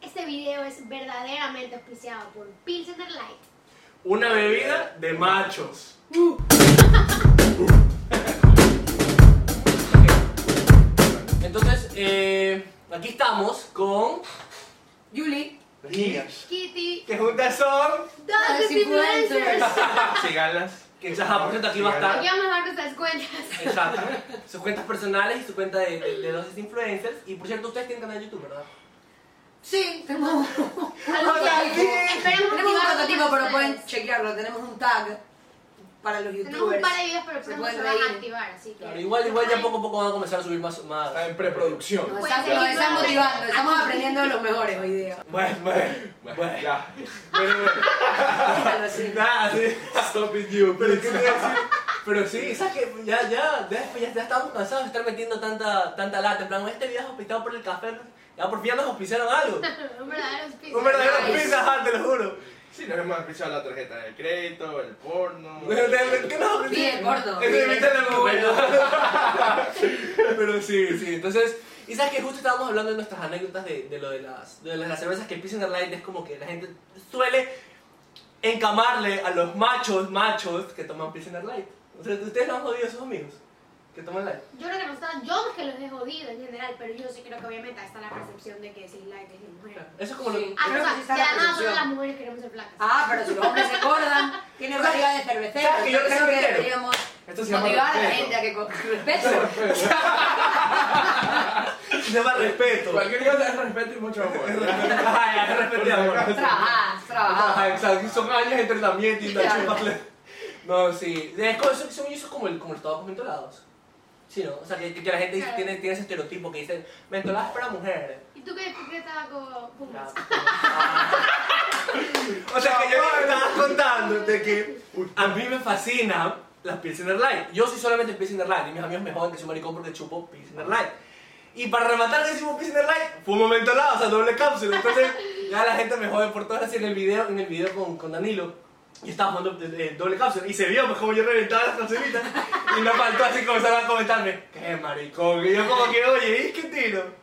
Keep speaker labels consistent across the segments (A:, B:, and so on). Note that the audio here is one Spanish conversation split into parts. A: Este video es verdaderamente auspiciado por Pilsener Light.
B: Una bebida de machos. Entonces, eh, aquí estamos con.
C: Yuli.
D: Gigas.
A: Kitty,
B: Que juntas son.
A: Dos Influencers.
D: Cigalas.
B: Que ya, por cierto, aquí va a estar.
A: Aquí vamos a dar nuestras cuentas.
B: Exacto. Sus cuentas personales y su cuenta de, de, de dosis influencers. Y por cierto, ustedes tienen canal de YouTube, ¿verdad?
C: Sí, tenemos un
A: Esperemos
C: Tenemos un
A: motivarlos
C: prototipo,
A: con
C: pero
A: ustedes.
C: pueden chequearlo. Tenemos un tag para los
A: Tenemos un
C: youtubers.
A: par de videos, pero
C: Se
A: pronto se
C: pueden
A: van a
C: reír.
A: activar, así que...
B: Claro, igual, igual ya poco a poco van a comenzar a subir más. más.
D: Está en preproducción.
C: Nos
A: Pueden
C: están,
A: seguir
C: nos están
A: con-
C: motivando, estamos aprendiendo de los mejores hoy día.
B: Bueno, bueno, bueno.
D: Ya.
C: Déjalo así.
B: Nada, Ah, sí.
D: Stop it, you,
B: Pero, ¿qué
D: please.
B: te iba a decir? Pero sí, ¿sabes qué? Ya, ya, ya, ya, ya estamos cansados de estar metiendo tanta, tanta lata. En plan, este video es auspiciado por el café. Ya por fin ya nos auspiciaron algo.
A: Un verdadero auspicio.
B: Un verdadero
C: Ay.
B: auspicio, ajá, te lo juro.
D: Sí, nos hemos pisado la tarjeta de crédito, el porno.
B: ¿Qué nos
C: Bien,
B: auspiciaron?
C: gordo.
B: Es de
C: bien.
B: Vita la Mamá. Pero sí, sí. Entonces, y sabes que justo estábamos hablando de nuestras anécdotas de, de lo de las, de las cervezas que el en Light es como que la gente suele encamarle a los machos, machos que toman Pilsener Light. O sea, ustedes no han jodido a sus amigos que toman Light.
A: Yo creo que no está, yo no es que los he jodido en general, pero yo sí creo que obviamente está la percepción de que si light es de mujer.
B: Eso es como lo
C: Sí.
A: Ah,
C: Creo
A: no, o
C: que
A: sea, de
C: sí está
A: la
C: la
A: nada solo
C: percepción.
A: las mujeres queremos ser flacas.
C: Ah, pero si los hombres se acordan, tienen barriga de cervecero.
B: ¿Sabes que yo
C: Yo creo
B: soy
C: que
B: soltero?
C: deberíamos
B: Esto se llama
C: motivar a la
D: respeto.
C: gente a que con respeto.
B: se llama respeto.
D: Cualquier cosa es respeto y mucho amor.
B: Ajá, ya, respeto y amor.
C: Trabajás,
B: Ajá,
C: trabajás.
B: exacto. Son años de entrenamiento y la
C: Claro.
B: chuparle. No, sí. Es como, eso, eso es como el, como los tabacos mentolados. Sí, ¿no? O sea, que, que la gente dice,
A: Claro.
B: tiene, tiene ese estereotipo que dicen mentoladas para mujeres.
A: ¿Y tú qué, tú qué tabaco fumas?
B: O sea, que yo te estaba contando de que a mí me fascina las Pilsener Light. Yo soy solamente Pilsener Light y mis amigos me joden que soy maricón porque chupo Pilsener Light. Y para rematar que hicimos Pilsener Light, fue un momento lado, o sea, doble cápsula. Entonces, ya la gente me jode por todas así en el video, en el video con, con Danilo. Y estaba jugando eh, doble cápsula y se vio pues, como yo reventaba las capsulitas y me faltó así comenzaron a comentarme, qué maricón. Y yo como que, oye, ¿y qué tiro?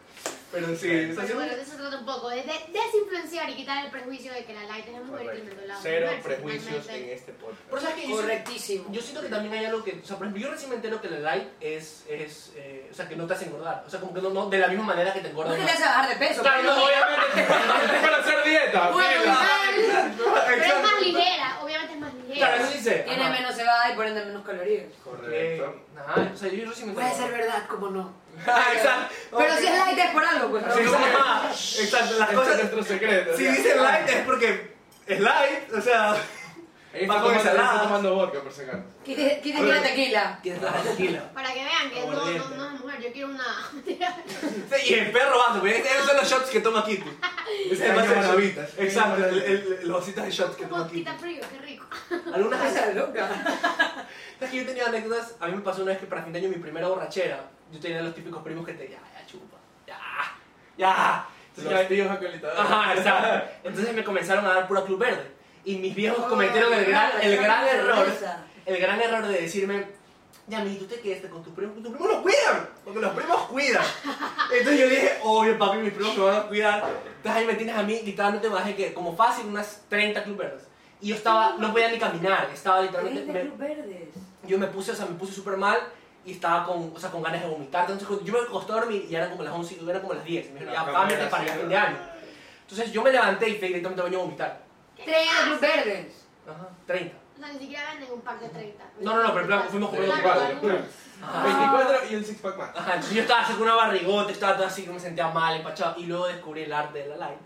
B: Pero sí, o sea,
A: Pero
B: sí-
A: bueno, de eso se trata un poco, de de- desinfluenciar y quitar el prejuicio de que la light es de mujer y que el mentolado es de
D: Cero
A: mujer,
D: prejuicios en
A: finalmente.
D: este
B: Pero
D: podcast.
B: sabes que yo soy-
C: Correctísimo.
B: Yo siento que también hay algo que, o sea, por ejemplo, yo recién me entero que la light es, es eh, o sea, que no te hace engordar. O sea, como que no, no de la misma manera que te
C: No
B: engorda.
C: es que
B: una-
C: te hace bajar de peso.
B: Claro, no,
C: pero-
B: obviamente.
D: Es para hacer dieta.
C: Bueno,
D: mira.
A: Mal. Pero es
B: Exacto.
A: más ligera, obviamente es más ligera.
B: Claro, eso sí sé.
C: Tiene
B: Ajá.
C: menos cebada y por ende menos calorías.
D: Correcto.
B: Eh, ajá, o sea, yo recién me
C: Puede
B: entero.
C: ser verdad, como no.
B: Ah, exacto.
C: Pero si es light es por algo, pues. ¿no?
B: Sí, ajá, exacto, las
D: Este es
B: cosas.
D: nuestro secreto.
B: Si
D: o sea.
B: dicen light es porque es light, o sea.
D: Ahí está
B: Va con
D: tomando-
B: ensalada.
D: ahí está tomando vodka, por si acaso.
C: ¿Qui- ¿Quién quiere tequila?
B: Tienes la tequila.
A: Para que vean que no, no,
B: Aguardiente.
A: no es mujer, yo quiero una...
B: Sí, y el perro vaso, porque esos son los shots que toma Kitty. Ese
D: Hay
B: vaso de
D: maravitas.
B: shots. Exacto, el, el- los vasitos de shots que
A: Un
B: toma Kitty.
A: poquito frío, qué rico.
B: Algunas veces
C: Esa es loca.
B: ¿Sabes que yo tenía anécdotas? A mí me pasó una vez que para fin de año, mi primera borrachera, yo tenía los típicos primos que te, ya, ya, chupa, ya, ya. Entonces,
D: Los
B: ya-
D: tíos acolitados.
B: Ajá, exacto. Entonces me comenzaron a dar pura club verde. Y mis viejos
C: Oh,
B: cometieron el gran, el
C: claro,
B: gran
C: claro,
B: error,
C: esa.
B: el gran error de decirme, ya, mi, tú te quedaste con tus primos, tus primos los cuidan, porque los primos cuidan. Entonces yo dije, obvio, papi, mis primos me van a cuidar. Entonces ahí me tienes a mí, literalmente bajé que como fácil unas 30 club verdes. Y yo estaba, no podía ni caminar, estaba literalmente... me-
C: verdes.
B: yo me puse, o sea, me puse súper mal y estaba con, o sea, con ganas de vomitar. Entonces, cuando yo me acosté a dormir y eran como las 11 y eran como las 10. Y me dijeron,
D: La
B: ya, cámbiate
D: cámara,
B: para ir a
D: sí,
B: fin
D: ¿no?
B: de año. Entonces, yo me levanté y fui directamente al baño a vomitar.
C: Tres luz verdes.
B: Ajá, 30.
A: O sea, ni siquiera venden un par de 30.
B: No, no, no, pero en plan, fuimos
D: Claro,
B: comiendo
A: Claro,
D: claro, claro.
B: Ajá.
D: 24 y un six pack más.
B: Ajá, entonces yo estaba así con una barrigota, estaba todo así, que me sentía mal, empachado. Y luego descubrí el arte de la light,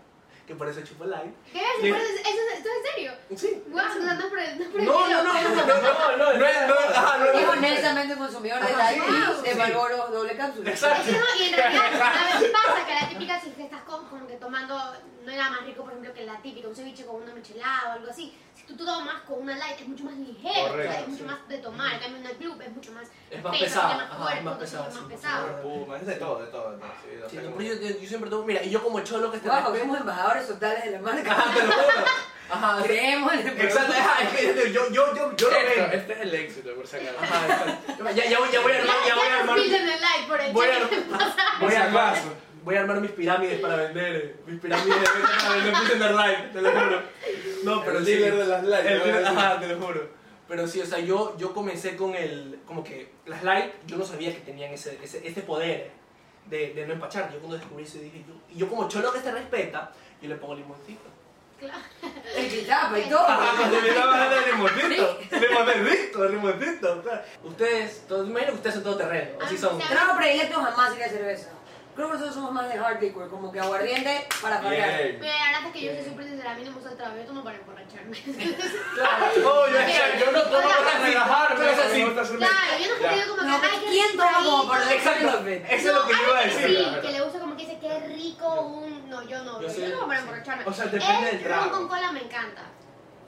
B: que por eso chupo light.
A: ¿Qué es?
B: Sí.
A: ¿Eso, es- eso, es- ¿Esto es en serio?
B: Sí.
A: Guau, no, no, pero- no, pero-
B: No, no, no, no, no, no, no, no, es- no, ajá, no,
C: Es
B: no, no.
C: honestamente consumidor de
B: Ajá,
C: light
B: sí,
C: y de
B: sí.
C: Marlboro doble cápsula.
A: Es que
B: Exacto.
A: no, y en realidad, ¿sabes qué pasa? Que la típica, si te estás con- como que tomando, no hay nada más rico, por ejemplo, que la típica, un ceviche con una michelada o algo así. Si tú tomas con una light, es mucho más ligero,
D: Correcto,
A: o sea, es mucho
D: sí.
A: más de tomar. En cambio, una club es mucho más
B: Es más
A: peso,
B: pesado,
A: tiene
B: ajá,
A: más cuerpo,
B: es más
A: entonces
B: pesado,
A: es más
B: sí, por
A: pesado.
B: favor.
D: Puma, es de todo, de todo. ¿no? Sí, o
B: Ah.
D: sea,
B: Sí, no,
D: como-
B: pero yo, yo- yo siempre tomo, mira, y yo como cholo que este
C: Guau, somos embajadores totales de la marca.
B: Ajá, te lo juro. Ajá,
C: Creemos en el
B: Exacto,
C: producto.
B: ajá, es que yo, yo, yo, yo lo
D: Esto,
B: veo.
D: este es el éxito, por si acaso.
B: Ajá, exacto. Ya, ya, voy, ya voy a
A: Ya,
B: armar, ya voy a
A: ya
B: armar.
A: nos pillan el light por el
B: Voy a
A: cheque.
B: armar.
D: Por
B: Voy
D: si
B: a armar.
D: acaso.
B: voy a armar mis pirámides para vender, eh, mis pirámides de venta para vender Prisoner Light, te lo juro. No, pero
D: el
B: sí.
D: dealer de las lights.
B: El
D: ¿no?
B: primer- ajá, te lo juro. Pero sí, o sea, yo, yo comencé con el. Como que las light, yo no sabía que tenían ese, ese- este poder de, de no empachar. Yo cuando descubrí eso dije, yo, y yo como cholo que se respeta, yo le pongo limoncito.
A: Claro.
C: El guitarra y todo.
B: Ajá, cuando me daba ganas de limoncito. Limoncito, limoncito. claro. Ustedes, todos, me imagino que ustedes son todo terreno, así son.
A: Ah,
C: Trago predilecto jamás sería cerveza. Creo que nosotros somos más de hard liquor, como que aguardiente
B: Ah,
C: para farrear.
D: Bien.
A: Mira, la verdad es que yo soy súper sincera, a mí no me gusta el trabajo, no para emborracharme.
B: Claro, no, yo, yo no tomo
A: Oiga,
B: para relajarme,
D: Pero,
B: es así.
D: me gusta hacer-
A: Claro, yo no he tenido como que,
C: No,
A: ay, qué
C: ¿quién
A: rico
C: toma como
A: ahí?
C: para
B: Exacto, eso es lo que yo iba a
A: Sí,
B: decir.
A: que le gusta como que dice que es rico un... No, yo no,
B: Yo
A: yo,
B: soy-
A: no para emborracharme.
B: O sea, depende
A: el
B: del trago.
A: ron con cola me encanta.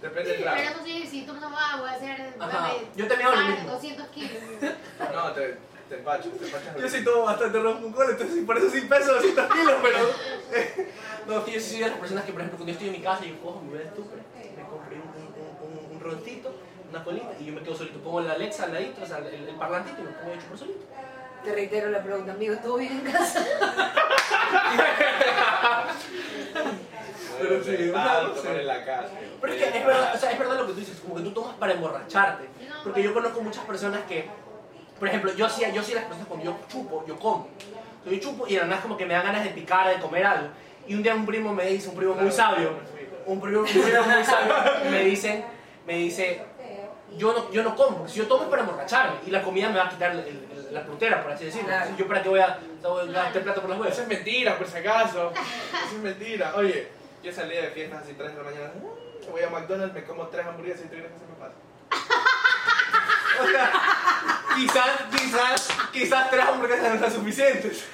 D: Depende del
A: Pero
D: trago.
A: eso sí, si tú me tomas agua, voy a hacer...
B: Ajá,
A: dame
B: yo también hago lo
A: carne,
B: mismo.
A: 200 kilos.
D: No, te, te empachas, te empachas.
B: Yo sí tomo bastante ron con cola, entonces sí, por eso sí peso 200 kilos, pero... eh. No, es que yo sí soy de las personas que, por ejemplo, cuando yo estoy en mi casa, yo cojo mi bebé estúpido, pues, me compré un, un, un- un roncito, una colita, y yo me quedo solito. Pongo la Alexa al ladito, o sea, el, el parlantito, y me pongo hecho por solito.
C: Te reitero la pregunta, amigo, ¿todo bien en casa?
B: Pero
D: Pero sí,
B: sí,
D: ah,
B: no sé.
D: tomar en la casa.
B: Pero es que es verdad, o sea, es verdad lo que tú dices, como que tú tomas para emborracharte. Porque yo conozco muchas personas que, por ejemplo, yo hacía, yo sí las personas cuando yo chupo, yo como. Entonces, yo chupo y de la nada es como que me dan ganas de picar, de comer algo. Y un día un primo me dice, un primo muy sabio, un primo, un primo muy sabio, me dice, me dice, yo no, yo no como, porque si yo tomo es para emborracharme y la comida me va a quitar el- el- la frutera, por así decirlo. Entonces, yo para qué voy a, voy a gastar plata por las
D: Eso
B: huevas.
D: es mentira, por si acaso. Eso es mentira. Oye, yo salí de fiestas así 3 de la mañana. "Mm, Voy a McDonald's, me como 3 hamburguesas y 3 veces me pasa.
B: O sea, quizás, quizás, quizás tres hamburguesas no son suficientes.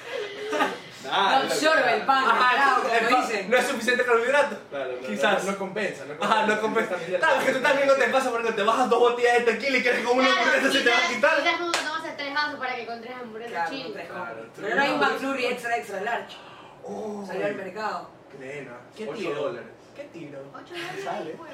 C: No
D: Nada,
C: absorbe el pan,
B: Ah, Ajá,
C: claro,
B: el
C: como
B: pan
C: dicen.
B: no es suficiente carbohidrato.
D: Claro, no, no,
B: Quizás.
D: No, compensa, Ah, no compensa.
B: Ajá, no compensa.
D: También-
B: Claro, que tú también no te pasa porque te bajas dos botellas de tequila y quieres que con una hamburguesa se te va a quitar.
A: Quizás no tomas tres vasos para que con tres hamburguesas
C: Claro,
A: chill.
C: tres
D: Claro,
C: cosas.
D: tú-
C: Pero no hay un McFlurry extra, extra large.
B: Oh,
C: Salió al mercado.
D: Nena,
B: ¿Qué
D: 8
B: tiro?
D: dólares.
B: ¿Qué tiro?
A: Ocho dólares,
B: Sale.
A: pues.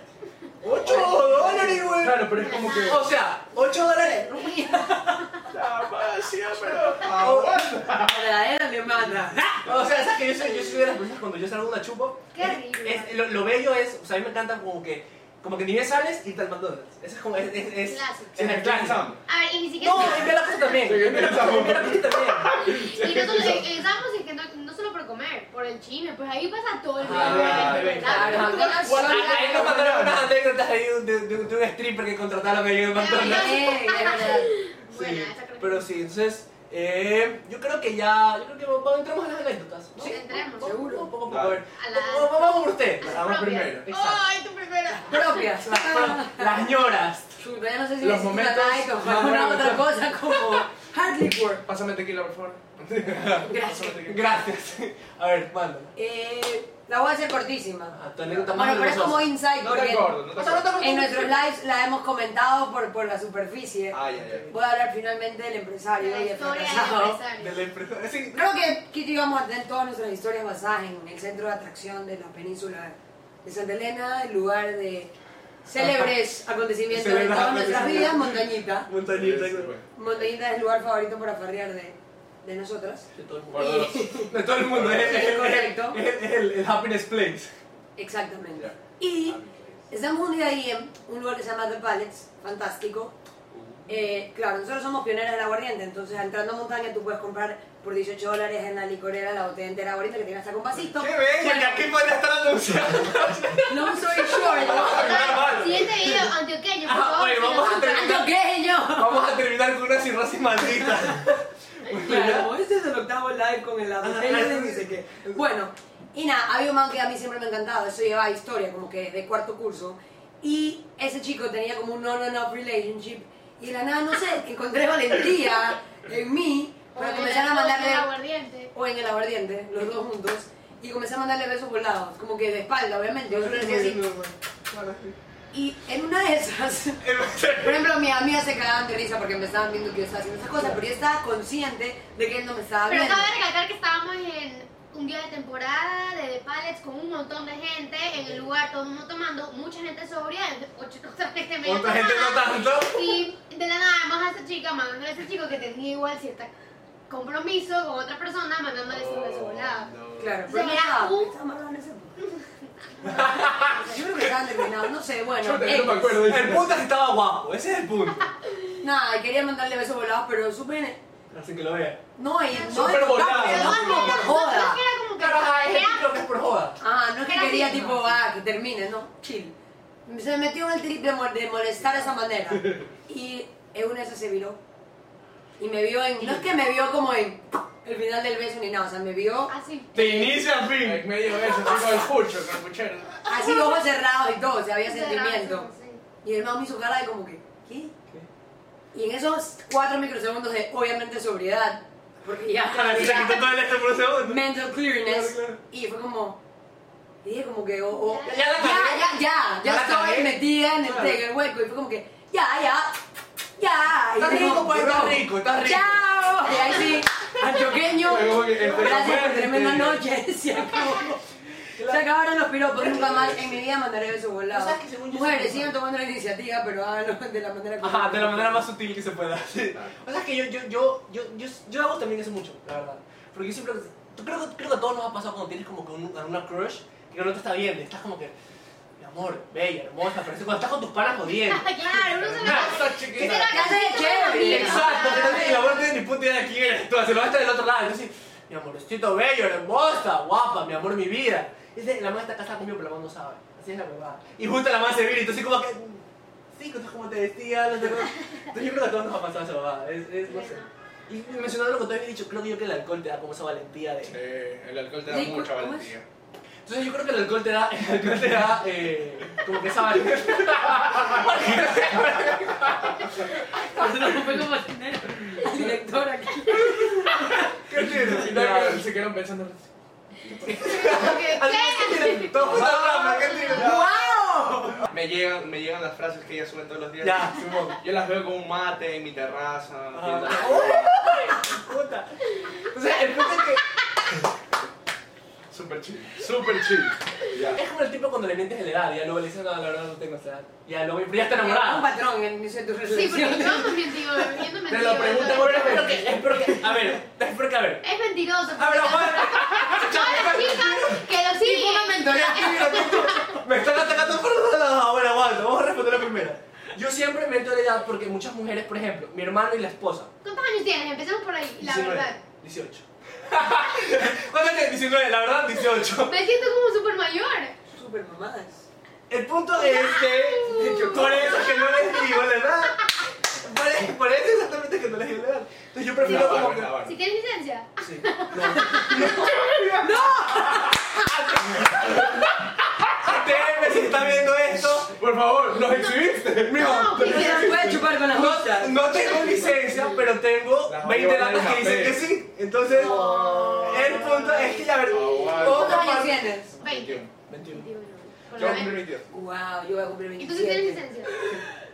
B: ¡8 dólares, güey!
D: Claro, pero es como que.
B: O sea, 8 dólares.
D: Ya, pa, sí, pero.
C: La verdadera, mi hermana.
B: O sea, ¿sabes que yo soy, yo soy de las personas cuando yo salgo de una chupa?
A: Qué
B: es-
A: rico.
B: es- lo, lo bello es, o sea, a mí me encanta como que, como que ni bien sales y te al McDonald's. Ese es como, es, es, es,
A: Clásico.
B: es el clásico.
A: A ver, y ni siquiera...
B: No, envía la cosa también.
D: Sí, que
B: Envía la cosa
D: pensamos.
B: envía la cosa también.
A: Y eh, nosotros pensamos que no, no solo por comer, por el chisme, pues ahí pasa todo el
B: Ah,
A: día.
D: bebé,
C: claro, McDonald's
B: Bueno,
C: son
B: ahí nos mandaron unas anécdotas ahí de, de- de un stripper que contrataron ahí en McDonald's.
C: Eh, de verdad.
A: Buena,
B: Sí,
A: esa creo que-
B: pero sí, entonces eh, yo creo que ya, yo creo que vamos, entramos en las anécdotas. ¿no?
A: Sí, entremos.
B: Poco, Poco, poco, poco, a
D: Claro.
B: ver.
A: A la-
B: Vamos- Vamos por usted. Ah,
D: Vamos
A: Propia.
D: primero.
B: Exacto.
A: Ay, tu primera.
C: Propias.
B: Las, las ñoras.
C: Chuta, ya no sé si
D: Los
C: es una
D: momentos
C: light o
D: más
C: alguna
D: buenos.
C: otra cosa como hard liquor.
D: Pásame tequila, por favor.
C: Gracias.
B: Gracias. A ver, mándala.
C: Eh, la voy a hacer cortísima.
B: Ah, tu anécdota más
C: Bueno, pero es
B: vergonzosa.
C: como insight
D: No te
C: porque
D: acuerdo, no te
B: O sea, no te
D: acuerdo.
B: acuerdas.
C: en nuestros lives la hemos comentado por, por la superficie.
D: Ay, ay, ay.
C: Voy a hablar finalmente del empresario
A: La
C: y el
A: historia del
C: fracasado.
A: empresario.
B: De la empresa. Sí.
C: Creo que aquí íbamos a tener todas nuestras historias basadas en el centro de atracción de la península de Santa Elena, el lugar de célebres acontecimientos de
B: Célebres
C: todas nuestras
B: acontecimientos.
C: vidas, Montañita.
B: Montañita.
D: Sí, sí, güey.
C: Montañita es el lugar favorito para farrear de, de nosotras.
B: De todo el mundo.
D: Guardo-
B: De todo el mundo. Es, es- es-
C: Correcto.
B: es- es el, el happiness place.
C: Exactamente.
D: Ya. Ah,
C: Y estamos un día ahí en un lugar que se llama The Pallets, fantástico. Eh, claro, nosotros somos pioneros del aguardiente, entonces entrando a montaña tú puedes comprar por 18 dólares en la licorera la botella entera de aguardiente que tiene hasta con vasito.
B: Qué bello que aquí podría estar anunciando.
C: No soy short.
A: Dale, Siguiente video, antioqueño, por
B: Ah,
A: favor.
B: oye, vamos a terminar.
C: ¿Tanto qué yo?
B: Vamos a terminar con una cirrosis maldita.
C: Claro, este es el octavo live con el
B: Ah,
C: botella de
B: sí.
C: ni sé qué. Bueno, y nada, había un man que a mí siempre me ha encantado, eso llevaba historia, como que de cuarto curso. Y ese chico tenía como un on-and-off relationship. Y de la nada, no sé, encontré valentía en mí para comenzar a mandarle.
A: aguardiente.
C: O en el aguardiente, los dos juntos. Y comencé a mandarle besos volados, como que de espalda, obviamente. Yo solo le decía así. Y en una de esas. Por ejemplo, mis amigas se cagaban de risa porque me estaban viendo que yo estaba haciendo esas cosas, pero yo estaba consciente de que él no me estaba
A: Pero
C: viendo.
A: acabo de recalcar que estábamos en un día de temporada de The Pallets con un montón de gente en el lugar, todo el mundo tomando, mucha gente sobria, ocho- otra gente medio
B: Otra gente no
A: tomada.
B: tanto.
A: Y de la nada, más a esa chica mandándole a ese chico que tenía igual cierta compromiso con otra persona mandándole su beso
B: Oh,
A: volado.
C: Claro, pero no
A: Será
C: estaba.
A: un.
C: Yo creo que estaban terminados, no sé, bueno.
D: Yo también no me
C: X.
D: acuerdo.
B: El punto es que estaba guapo, ese es el punto.
C: Nada, quería mandarle besos volados, pero súper.
B: Así que lo vea.
C: No, y no
B: Súper
C: es
B: volado.
C: no, no es como por joda.
A: No, era como que.
B: Pero ajá, es
A: era-
B: el que es por joda.
C: Ah, no es que
A: Era
C: quería
A: así,
C: tipo,
A: ¿no?
C: ah, que termine, no, chill. Se me metió en el trip de, mo- de molestar de esa manera. Y en una de esas se viró. Y me vio en, no es que me vio como en el final del beso ni nada, o sea, me vio
A: Así.
B: De inicio a
D: En
B: fin.
D: medio de eso, estoy con el pucho, con el puchero.
C: así ojos cerrados y todo, se había sentimiento.
A: Sí.
C: Y el man me hizo cara de como que, ¿qué? Y en esos cuatro microsegundos de, obviamente, sobriedad, porque ya...
B: Ahora sí se quitó todo el este por un segundo.
C: mental clearness
B: Claro, claro.
C: y fue como y dije como que o, o-
A: Ya,
B: ya la cagué.
C: ya ya ya,
B: Ya
C: ya
B: la cagué.
C: estoy metida en el,
B: Claro.
C: en el hueco y fue como que ya ya ya
B: Está
C: Y dije,
B: rico,
C: no,
B: pues,
C: bro,
B: está rico, está rico.
C: chao y ahí sí antioqueño
D: Fue como que este
C: gracias por
D: comer,
C: tremenda
D: este-
C: noche se acabó se acabaron los piropos nunca más en mi vida mandaré besos volados
B: O sea, que según yo
C: mujeres
B: soy-
C: sigan tomando la iniciativa pero háganlo de la manera correcta.
B: Ajá, de la manera más sutil que se pueda. O sea, es que yo, yo, yo, yo, yo, yo hago también eso mucho, la verdad. Porque yo siempre, creo, que- creo que a todos nos ha pasado cuando tienes como que un- alguna crush que no te está viendo, estás como que, mi amor, bella, hermosa, pero cuando estás con tus panas jodiendo.
A: Claro, uno se lo
B: Claro,
A: hace.
D: chiquita.
A: Esa era
C: Ya sé,
A: casi toda la
C: chévere.
A: vida.
B: Exacto, que también el amor no tiene ni puta idea de quién eres tú, se lo va a estar del otro lado. Entonces, mi amorcito bello, hermosa, guapa, mi amor, mi vida. Y dice, la mamá está casada conmigo, pero la mamá no sabe. Así es la verdad. Y justo la mamá se vira, y entonces como que. mm, Sí, cosas como te decía, no sé cómo. Entonces yo creo que a todos nos ha pasado esa mamá. Es, es, no sé. Y mencionando lo que tú habías dicho, creo que yo que el alcohol te da como esa valentía de.
D: Eh, el alcohol te da
C: Sí,
D: mucha
C: ¿cómo es?
D: valentía.
B: Entonces yo creo que el alcohol te da, el alcohol te da eh, como que esa valentía.
C: no fue como tener al director aquí
D: ¿Qué tienes? Y luego se quedaron pensando.
A: Como que, ¿qué?
B: Todo puta broma, Ah, ¿qué tiene?
C: wow
D: Me llegan, me llegan las frases que ella sube todos los días.
B: Ya, supongo.
D: Yo las veo con un mate en mi terraza.
B: Ah. Puta. O sea, el punto es que.
D: Super chill. Super chill. Ya.
B: Es como el tipo cuando le mientes en la edad, ya luego le dices, no, la verdad no tengo esa edad. Ya luego, pero ya está
C: un
B: enamorada.
C: patrón en el inicio de tu
A: Sí,
C: relación
A: porque yo no mentigo, yo no
B: Te
A: mentigo.
B: lo pregunto, pero espero que, espero que, a ver, espero que, a ver.
A: Es mentiroso.
B: A ver,
A: porque
B: Omar,
A: Todas las chicas que lo siguen.
B: me están atacando por todos lados. Ahora, aguanta, vamos a responder la primera. Yo siempre miento la edad porque muchas mujeres, por ejemplo, mi hermano y la esposa.
A: ¿Cuántos años tienes? Empecemos por ahí, la
B: 19,
A: verdad.
B: 18. ¿Cuánto tienes? 19, la verdad, 18.
A: Me siento como súper mayor.
C: Super mamadas.
B: El punto es que por eso es que no les digo la edad. Por eso, por eso exactamente que no les digo la edad. Entonces yo prefiero
D: La
B: como
D: barba,
B: que...
D: la barba.
A: Si tienes licencia.
B: Sí. No.
C: ¡No!
B: ATM, si está viendo esto,
D: Por favor, los exhibiste.
A: No,
C: Y se las puede chupar con las
B: no,
C: justas.
B: no tengo licencia, pero tengo
D: La
B: 20
D: mayoría
B: latas que
D: de
B: dicen que
D: café.
B: sí. Entonces,
C: No.
B: el punto es que, a ver,
D: Aguanta.
B: otra
C: ¿Cuántos años
B: parte...
C: tienes?
A: 20.
B: 21.
A: 21. Por la
D: Yo voy a cumplir
A: vez.
D: 22.
C: Wow, yo voy a cumplir
A: ¿Y tú sí tienes licencia?
C: 27.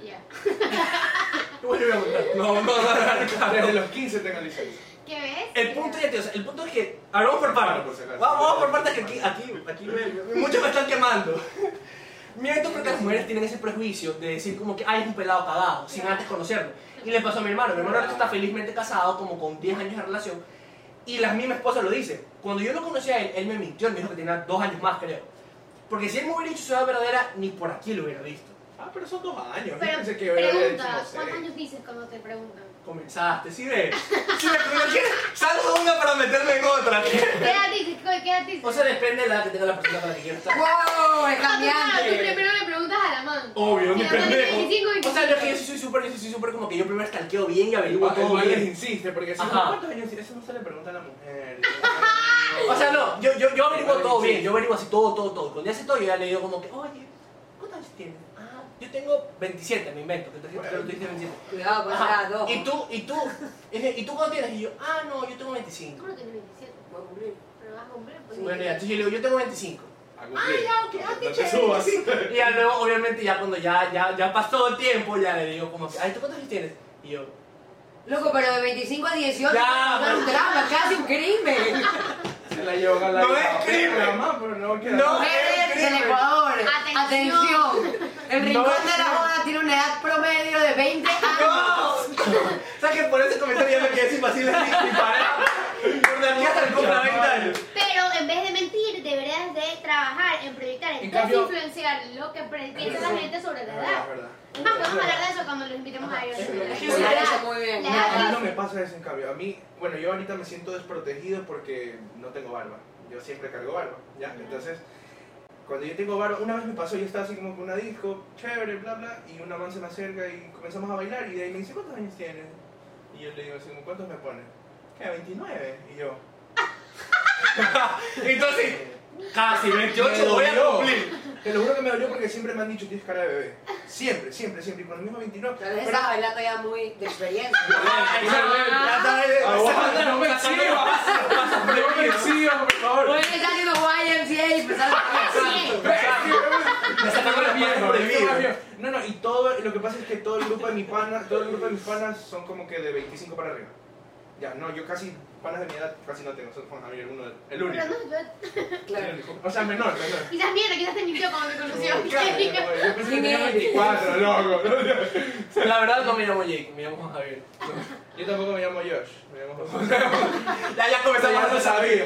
A: Ya.
B: Bueno, voy a contar. No, no, no, no, no,
D: Desde
B: no.
D: los 15 tengo licencia.
A: ¿Qué ves?
B: El punto ya te, o sea, el punto es que. Ahora vamos por partes.
D: Claro, por si acaso.
B: Vamos, vamos por partes que aquí, aquí, aquí me- muchos me están quemando. Miento porque las mujeres tienen ese prejuicio de decir como que ay es un pelado cagado, sin antes conocerlo. Y le pasó a mi hermano, mi hermano ahorita está felizmente casado, como con 10 años de relación, y la misma esposa lo dice. Cuando yo lo conocí a él, él me mintió, él me dijo que tenía dos años más, creo. Porque si él me hubiera dicho su edad verdadera, ni por aquí lo hubiera visto.
D: Ah, pero son dos años. Yo
A: Pero
D: pensé que yo había hecho,
A: pregunta,
D: no sé.
A: ¿cuántos años dices cuando te preguntan?
B: Comenzaste, sí ves. Sí ves, pero ¿quieres? Salgo una para meterme en otra.
A: ¿Qué edad dices? ¿Qué edad dices?
B: O sea, depende de la edad que tenga la persona con la que quiero estar.
C: ¡Wow! ¡Es
A: Ah, tú, claro, tú
C: cambiante!
A: primero le preguntas a la man.
B: Obvio,
A: Y
B: mi
A: la man tiene
B: pendejo.
A: 25 y
B: O sea, yo es que yo sí soy súper, yo sí soy súper como que yo primero estalqueo bien y averiguo
D: Ah, el
B: todo
D: man les
B: bien.
D: insiste, porque si no,
B: Ajá.
D: ¿cuántos años? Eso no se le pregunta a la mujer.
B: O sea, no, yo, yo, yo averiguo
D: Vale,
B: todo
D: sí.
B: bien, yo averiguo así todo, todo, todo. Cuando ya sé todo, yo ya le digo como que, oye, ¿cuántos años tienes? Ah, yo tengo 27, me invento, que te dijiste que tú dijiste 27.
C: Cuidado con
B: Ajá.
C: esas Ah, dos.
B: ¿Y tú, y tú, y tú cuánto tienes? Y yo, ah, no, yo tengo 25.
A: ¿Cómo no tienes 27?
C: Voy a cumplir.
A: Pero vas a cumplir. pues,
B: Bueno,
A: ni-
B: ya, entonces yo le digo, yo tengo 25.
D: Ah,
B: ya, ok, ah, qué
D: No te
B: chévere.
D: subas.
B: Y ya luego, obviamente, ya cuando ya, ya, ya pasó el tiempo, ya le digo como que, ay, ¿tú cuántos años tienes? Y yo,
C: Loco, pero de 25 a 18
B: Ya,
C: es un
B: pero-
C: drama, casi un crimen.
D: Se la llevo a la
B: No es crimen.
D: La mamá, pero no queda.
B: No.
C: Mujeres
B: crimen.
C: del Ecuador,
A: Atención.
C: atención. El
B: No
C: rincón
B: es
C: de la
B: crimen.
C: boda tiene una edad promedio de 20 años.
B: ¡No! ¿Sabes sabes que por ese comentario ya me quedé sin vaciles ni, ni para. Por de aquí hasta el compra 20 años.
A: Pero en vez de mentir, deberías de trabajar en proyectar, en
D: En cambio-
A: influenciar lo que pre- piensa la gente sobre la
D: Es verdad,
A: edad.
D: es verdad.
A: Es más, podemos hablar de eso cuando los invitemos a ellos.
D: sí,
A: La
D: sí,
A: edad,
D: sí,
C: eso muy bien.
A: la
D: No, a mí
A: edad.
D: no me pasa eso en cambio. A mí, bueno, yo ahorita me siento desprotegido porque no tengo barba. Yo siempre cargo barba, ¿ya? Entonces, cuando yo tengo barba, una vez me pasó, yo estaba así como con una disco, chévere, bla, bla, y una man se me acerca y comenzamos a bailar y de ahí me dice, ¿cuántos años tienes? Y yo le digo así como, ¿cuántos me pones? ¿Qué? 29. Y yo,
B: Entonces, casi 28
D: Me
B: voy a
D: dolió.
B: cumplir.
D: te lo juro que me dolió porque siempre me han dicho, tienes cara de bebé. Siempre, siempre, siempre. Y cuando mismo 29,
C: Tal vez
D: pero-
C: estaba bailando ya muy de experiencia.
B: Ya está, eh,
D: Ah, Aguanta, no me
B: sacando
D: exhibas.
B: pasos, pasos
D: No me
B: prohibidos.
D: exigas, por favor.
C: Pueden estar haciendo YMCA y empezar
A: Sí.
B: Me sacaron las manos prohibidas.
D: No, no, y todo, lo que pasa es que todo el grupo de mis panas, todo el grupo de mis panas son como que de 25 para arriba. Ya, no, yo casi, panas de mi edad casi no tengo, son Juan Javier, uno, de- el único.
A: Pero no, yo-
D: El único. O sea, menor, menor.
A: Quizás mierda, quizás te mintió cuando te conoció.
D: Claro, yo pensé que tenía
C: Sí,
D: 24, loco.
B: La verdad no me llamo Jake, me llamo Juan Javier.
D: Yo tampoco me llamo Josh, me llamo José.
B: Ya, ya comenzamos
D: Ya
B: a
D: lo sabía.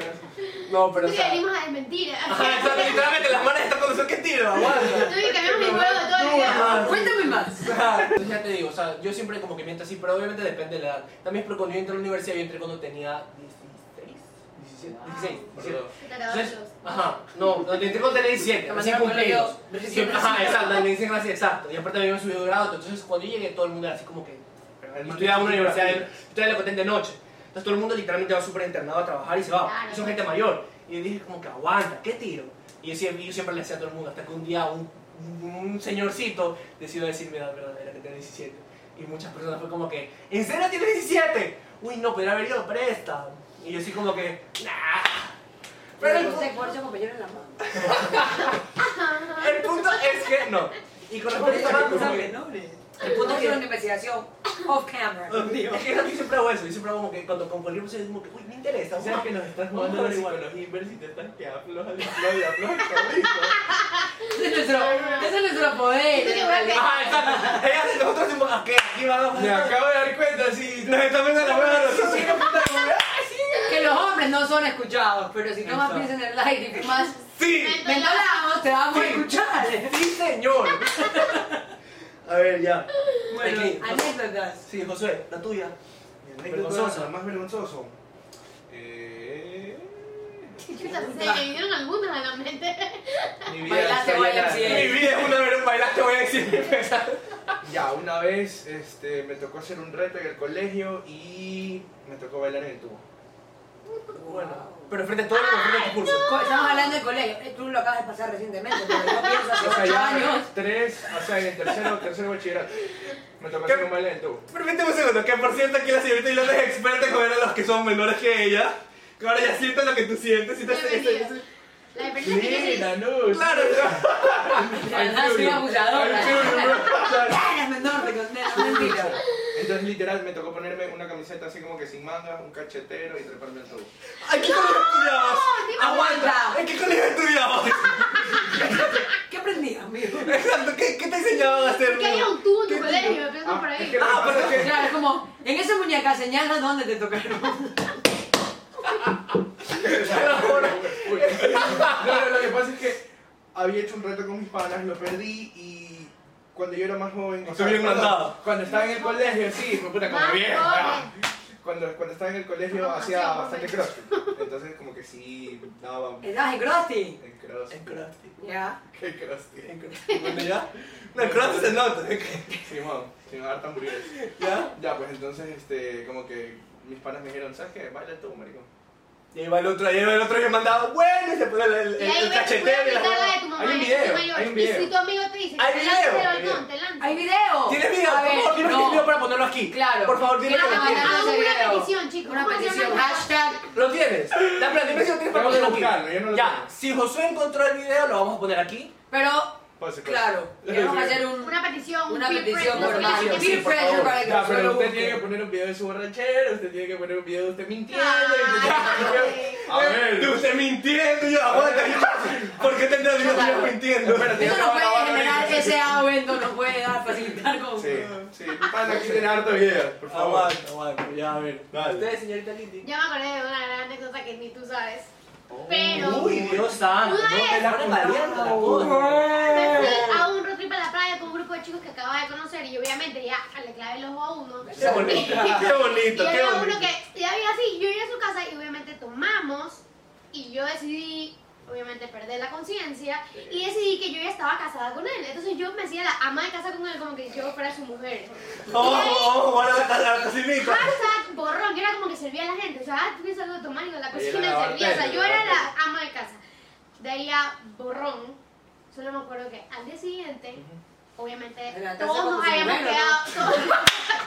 B: No, pero
A: Tú
B: o
A: que
B: sea.
A: venimos a desmentir.
B: Ajá, exacto, literalmente las manos están con que tiro, aguanta.
A: Tú y que vemos el juego de todo el día.
C: a Cuéntame más.
B: Entonces ya te digo, o sea, yo siempre como que miento así, pero obviamente depende de la edad. También porque cuando yo entré a la universidad, yo entré cuando tenía 16, 17, 16, 17.
A: Te acabas
B: Entonces,
A: los-
B: ajá, no, no te entré cuando tenía 17, recién cumplidos. Siempre- Ajá, exacto, la medicina casi exacto. Y aparte habíamos subido de grado, entonces cuando yo llegué todo el mundo era así como que...
D: El
B: Yo estudiaba en una
D: maldito
B: universidad, yo estudiaba en la Cotén de noche. Entonces todo el mundo literalmente va súper internado a trabajar y se va.
A: Claro.
B: Y son gente mayor. Y yo dije como que aguanta, ¿qué tiro? Y yo siempre, yo siempre le decía a todo el mundo, hasta que un día un, un señorcito decidió decirme la verdadera que tenía 17. Y muchas personas fue como que, ¿en serio tienes 17? Uy, no, podría haber ido presta. Y yo así como que, nah. Pero el,
C: Pero se
B: pu-
C: esfuerzo compañero en la mano.
B: el punto es que no. Y con respecto a la
C: El punto es una investigación off camera.
B: Es que yo siempre hago eso, yo siempre hago como que cuando con cualquier persona es como que, uy, me interesa,
D: ¿Sabes
B: vamos a-
D: que nos estás
B: Vamos a
D: jugando la
B: averiguar.
D: psicología inversa y te estás que afloja, afloja y afloja el cabrito?
C: Ese es nuestro, ese es nuestro poder. en realidad.
B: Ajá, exacto. Ella, nosotros decimos, ¿a qué? Aquí va
D: Me
B: a
D: acabo de dar cuenta, sí.
B: Nos están viendo la hueva de los ojos.
C: Que los hombres no son escuchados, pero si tomas
B: Exacto.
C: pies en el aire y más
B: Sí,
C: mentolamos, te vamos a escuchar.
B: sí, señor. A ver, ya.
C: Bueno,
B: Aquí.
C: anécdotas.
B: Sí, Josué, la tuya.
D: Vergonzoso, más vergonzoso. Eh...
A: Chuta, Se me vinieron algunas a la mente.
D: Mi
C: Bailaste
D: está llena
C: YMCA.
D: de-
B: Mi vida es una vez un bailaste, voy a decir.
D: Ya, una vez este, me tocó hacer un reto en el colegio y me tocó bailar en el tubo.
B: Bueno, pero frente a todo, pero frente a tu curso.
C: Co- Estamos hablando de colegio. Eh, Tú lo acabas de pasar recientemente, pero yo pienso hace
D: O sea,
C: 8
D: ya
C: años.
D: tres, o sea, en el tercero, tercero bachillerato me tocó
B: ¿Qué?
D: hacer un baile en el tubo.
B: Permíteme un segundo, que por cierto aquí la señorita Yolanda es experta en comer a los que son menores que ella. Que ahora ya sienten lo que tú sientes. sientes-
A: Bienvenido. La diferencia es que yo
D: Mira, no.
B: Claro,
C: Ya, soy abusadora. Ya eres menor, te condeno, mentira.
D: Entonces, literal, me tocó ponerme una camiseta así como que sin mangas, un cachetero y treparme al tubo.
B: ¿En qué colegio estudiabas?
C: Aguanta.
B: ¿En qué colegio estudiabas?
C: ¿Qué aprendí, amigo?
B: Exacto, ¿qué, qué te enseñaban a hacer?
A: Porque había un tubo en tu
B: ¿Qué-
A: colegio, me pregunto
D: Ah,
A: por
D: es
A: ahí.
D: que lo que pasa es que-
C: Claro, es como, en esa muñeca señala dónde te tocaron.
D: Uy. No, no, lo que pasa es que había hecho un reto con mis panas, lo perdí y cuando yo era más joven. o
B: Estoy bien
D: cuando-
B: mandado.
D: Cuando estaba en el colegio, sí, me puta como
A: Más
D: bien.
A: joven.
D: Cuando, cuando estaba en el colegio
A: No,
D: hacía
A: demasiado
D: bastante
A: joven.
D: crossfit. Entonces, como que sí, daba. El
C: Estás en Crosti.
D: crossfit.
B: En crafty.
C: Ya.
D: ¿Qué crossfit?
B: En crafty. Bueno, ya. No, en crafty se nota. ¿eh? que-
D: Simón, sin harta hamburguesas.
B: ¿Ya?
D: Ya, pues entonces, este, como que mis panas me dijeron, ¿sabes qué? Baila tú, maricón.
B: Y ahí va el otro, y ahí va el otro que mandaba, bueno, y se pone el, el,
A: Y
B: el
A: ahí ves, voy a
B: cachetero y la
A: gritar la de tu
B: huevada.
A: mamá.
D: Hay un
A: es tu
D: video,
A: mayor.
D: hay un video.
A: Y si tu amigo te dice,
B: Hay
A: te
B: video,
A: lanzas
B: hay
A: el balcón, te lanzas.
C: ¿Hay video?
B: ¿Tienes video?
C: A
B: Por
C: ver,
B: favor, dime que
C: no.
B: tienes video para ponerlo aquí.
C: Claro.
B: Por favor, dime
C: Quiero
B: que lo
C: que
B: tienes.
C: mandemos
A: Hago
C: ese
A: una
C: video.
A: petición, chicos.
C: Una
A: Vamos a hacer una
C: petición.
A: petición.
C: Hashtag.
B: ¿Lo tienes? La plan, dime si lo tienes para
D: Tengo que
B: ponerlo aquí.
D: buscarlo, yo no lo
B: ya,
D: tengo.
B: si Josué encontró el video, lo vamos a poner aquí.
C: Pero
D: Pase, pase.
C: Claro, queremos hacer un,
A: Una petición,
C: Una
A: peer
C: petición
A: pressure,
C: normal.
A: no sé qué
C: Sí,
A: peer
C: por
A: pressure.
C: favor. para que
D: Ya,
C: solo
D: pero usted
C: busque.
D: tiene que poner un video de su borrachera, usted tiene que poner un video de usted mintiendo.
A: Ah. Ay.
D: A ver.
B: De usted mintiendo, yo aguanta. yo- ¿Por qué tendrá Dios mío mintiendo?
D: Espérate.
C: Eso no puede generar ese evento, no puede dar, facilitar como...
D: Sí, sí, mi pana aquí tiene harto video, por favor.
B: Aguanta, aguanta, ya a ver.
D: Dale.
B: Usted, señorita Liti.
A: Yo me acordé de una gran anécdota que ni tú sabes. Pero
B: Uy, Dios santo, no te la
A: Una
B: pones valiendo la cosa.
A: me fui a un road trip a la playa con un grupo de chicos que acababa de conocer y obviamente ya le clavé el ojo a uno.
B: Qué bonito, qué
A: Y
B: bonito, qué
A: había uno
B: bonito.
A: que ya había así, yo llegué a su casa y obviamente tomamos y yo decidí, obviamente, perder la conciencia y decidí que yo ya estaba casada con él. Entonces yo me hacía la ama de casa con él como que yo fuera su mujer.
B: Oh, oh, ahora la- la- la cocinita.
A: Hashtag borrón, era como que servía a la gente. O sea, ah, tienes algo de tomar y la cosa
D: Ella
A: es que me
D: era la
A: servía. O sea,
D: bartender,
A: yo
D: la
A: era
D: bartender.
A: la ama de casa. De ahí a borrón, solo me acuerdo que al día siguiente, obviamente,
C: En la taza
A: todos
C: con
A: nos
C: su
A: habíamos
C: primero,
A: quedado.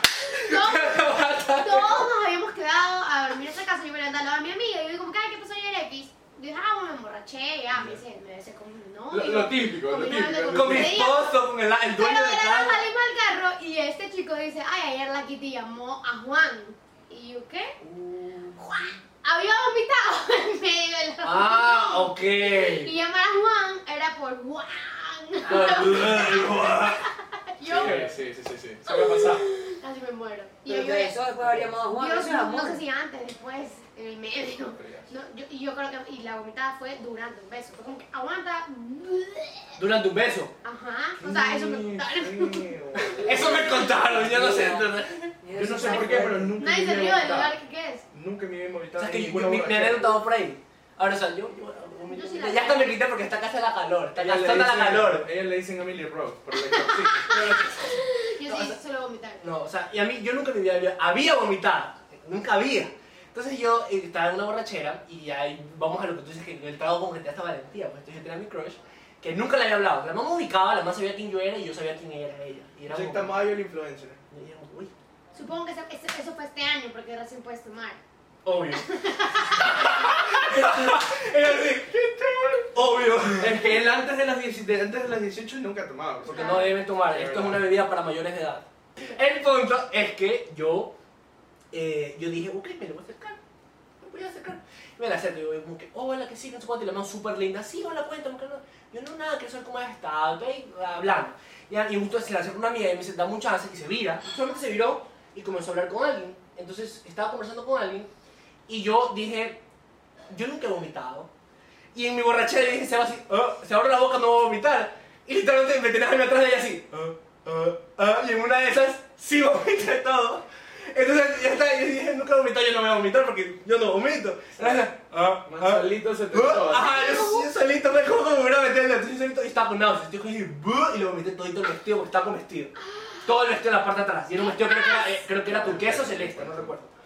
A: Todos, todos- todos nos habíamos quedado a dormir en esa casa. Yo me levantaba a mi amiga y yo, como, "Ay, ¿qué pasó ayer, X? Yo dije, ah, bueno, me emborraché, ya, me dice, me dice, como, no.
D: Lo, lo típico, lo típico.
B: Con mi esposo, con el, el
A: Pero
B: dueño
A: de
B: de
A: la nada
B: casa.
A: salimos al carro y este chico dice, ay, ayer la Kitty llamó a Juan. ¿Y yo qué? Juan había vomitado en medio de la
B: Ah,
A: reunión.
B: ok.
A: Y llamar a Juan era por Juan.
B: Ah,
A: Yo
D: Sí, sí, sí, sí, sí. Se va a pasar.
A: casi me muero. Y yo
C: Pero que
A: lloré.
C: eso después habría llamado a Juan,
A: Yo
C: eso es amor.
A: no sé si antes, después, en el medio. No, yo- y yo creo que y la vomitada fue durante un beso. Fue como que aguanta.
B: Durante un beso.
A: Ajá. O sea, eso me contaron.
B: Eso me contaron, yo no sé.
C: Mira,
D: Yo no
C: eso
D: sé
C: está
D: por qué, pero
C: fuerte.
D: nunca
A: Nadie se rió
D: me he
A: del
D: vomitado.
A: lugar que que es.
D: Nunca me he vomitado.
B: ¿Sabes
D: en
B: que yo-
D: ninguna
B: mi, mi
D: borrachera.
B: anécdota va por ahí? Ahora, o sea, yo. yo-
A: Yo sí la
B: ya hasta
A: sé.
B: me quité porque está casi la calor. Está
D: Ella le
B: gastando la
D: dicen-
B: calor.
D: Ella le dicen a Emily Rose, por la exorcista.
A: Yo
B: No, o
A: sí
B: sea-
A: suelo vomitar.
B: No, o sea, y a mí, yo nunca en mi vida había, había vomitado, nunca había. Entonces yo eh, estaba en una borrachera y ahí vamos a lo que tú dices, que el trago con que te da esta valentía, pues entonces yo tenía a mi crush, que nunca le había hablado. La mamá ubicaba, la mamá sabía quién yo era y yo sabía quién era ella. Y era
D: Jack Tamayo, el influencer.
B: y era como, uy,
A: Supongo que ese- ese- eso fue este año porque recién puedes tomar.
B: obvio. era así, obvio.
D: Es que él antes de las, 10 de- antes de las 18 nunca tomaba.
B: Porque no deben tomar,
D: Es
B: esto es
D: verdad.
B: una bebida para mayores de edad. El punto es que yo, eh, yo dije, ok, me lo voy a acercar, me voy a acercar. Y me la acerco, y yo como que, oh, hola, que sí, no sé cuánto, y la mano súper linda, sí, hola, cuéntame, que no. Yo no, nada, quiero saber cómo has estado, ok, hablando. Y, a- y justo se le acerca una amiga y me dice, dame un chance, y se vira. Solamente se viró y comenzó a hablar con alguien. Entonces, estaba conversando con alguien y yo dije, yo nunca he vomitado. Y en mi borrachera dije, se va así, "Ah, se abre la boca, no voy a vomitar. Y literalmente me tenía a mí atrás de ella así, "Ah, ah, ah", y en una de esas sí vomité todo. Entonces ya está, yo dije, nunca he vomitado, yo no voy a vomitar porque yo no vomito. Entonces, "Ah, ah,
D: Manzalito se te
B: ah". Ajá, yo, yo solito me como como una meterle, entonces yo solito y estaba con náuseas. Yo cogí "Buh", y lo vomité todito el vestido porque estaba con vestido. Todo el vestido en la parte de atrás. Y era un vestido creo que era, eh, creo que era turquesa o celeste, no recuerdo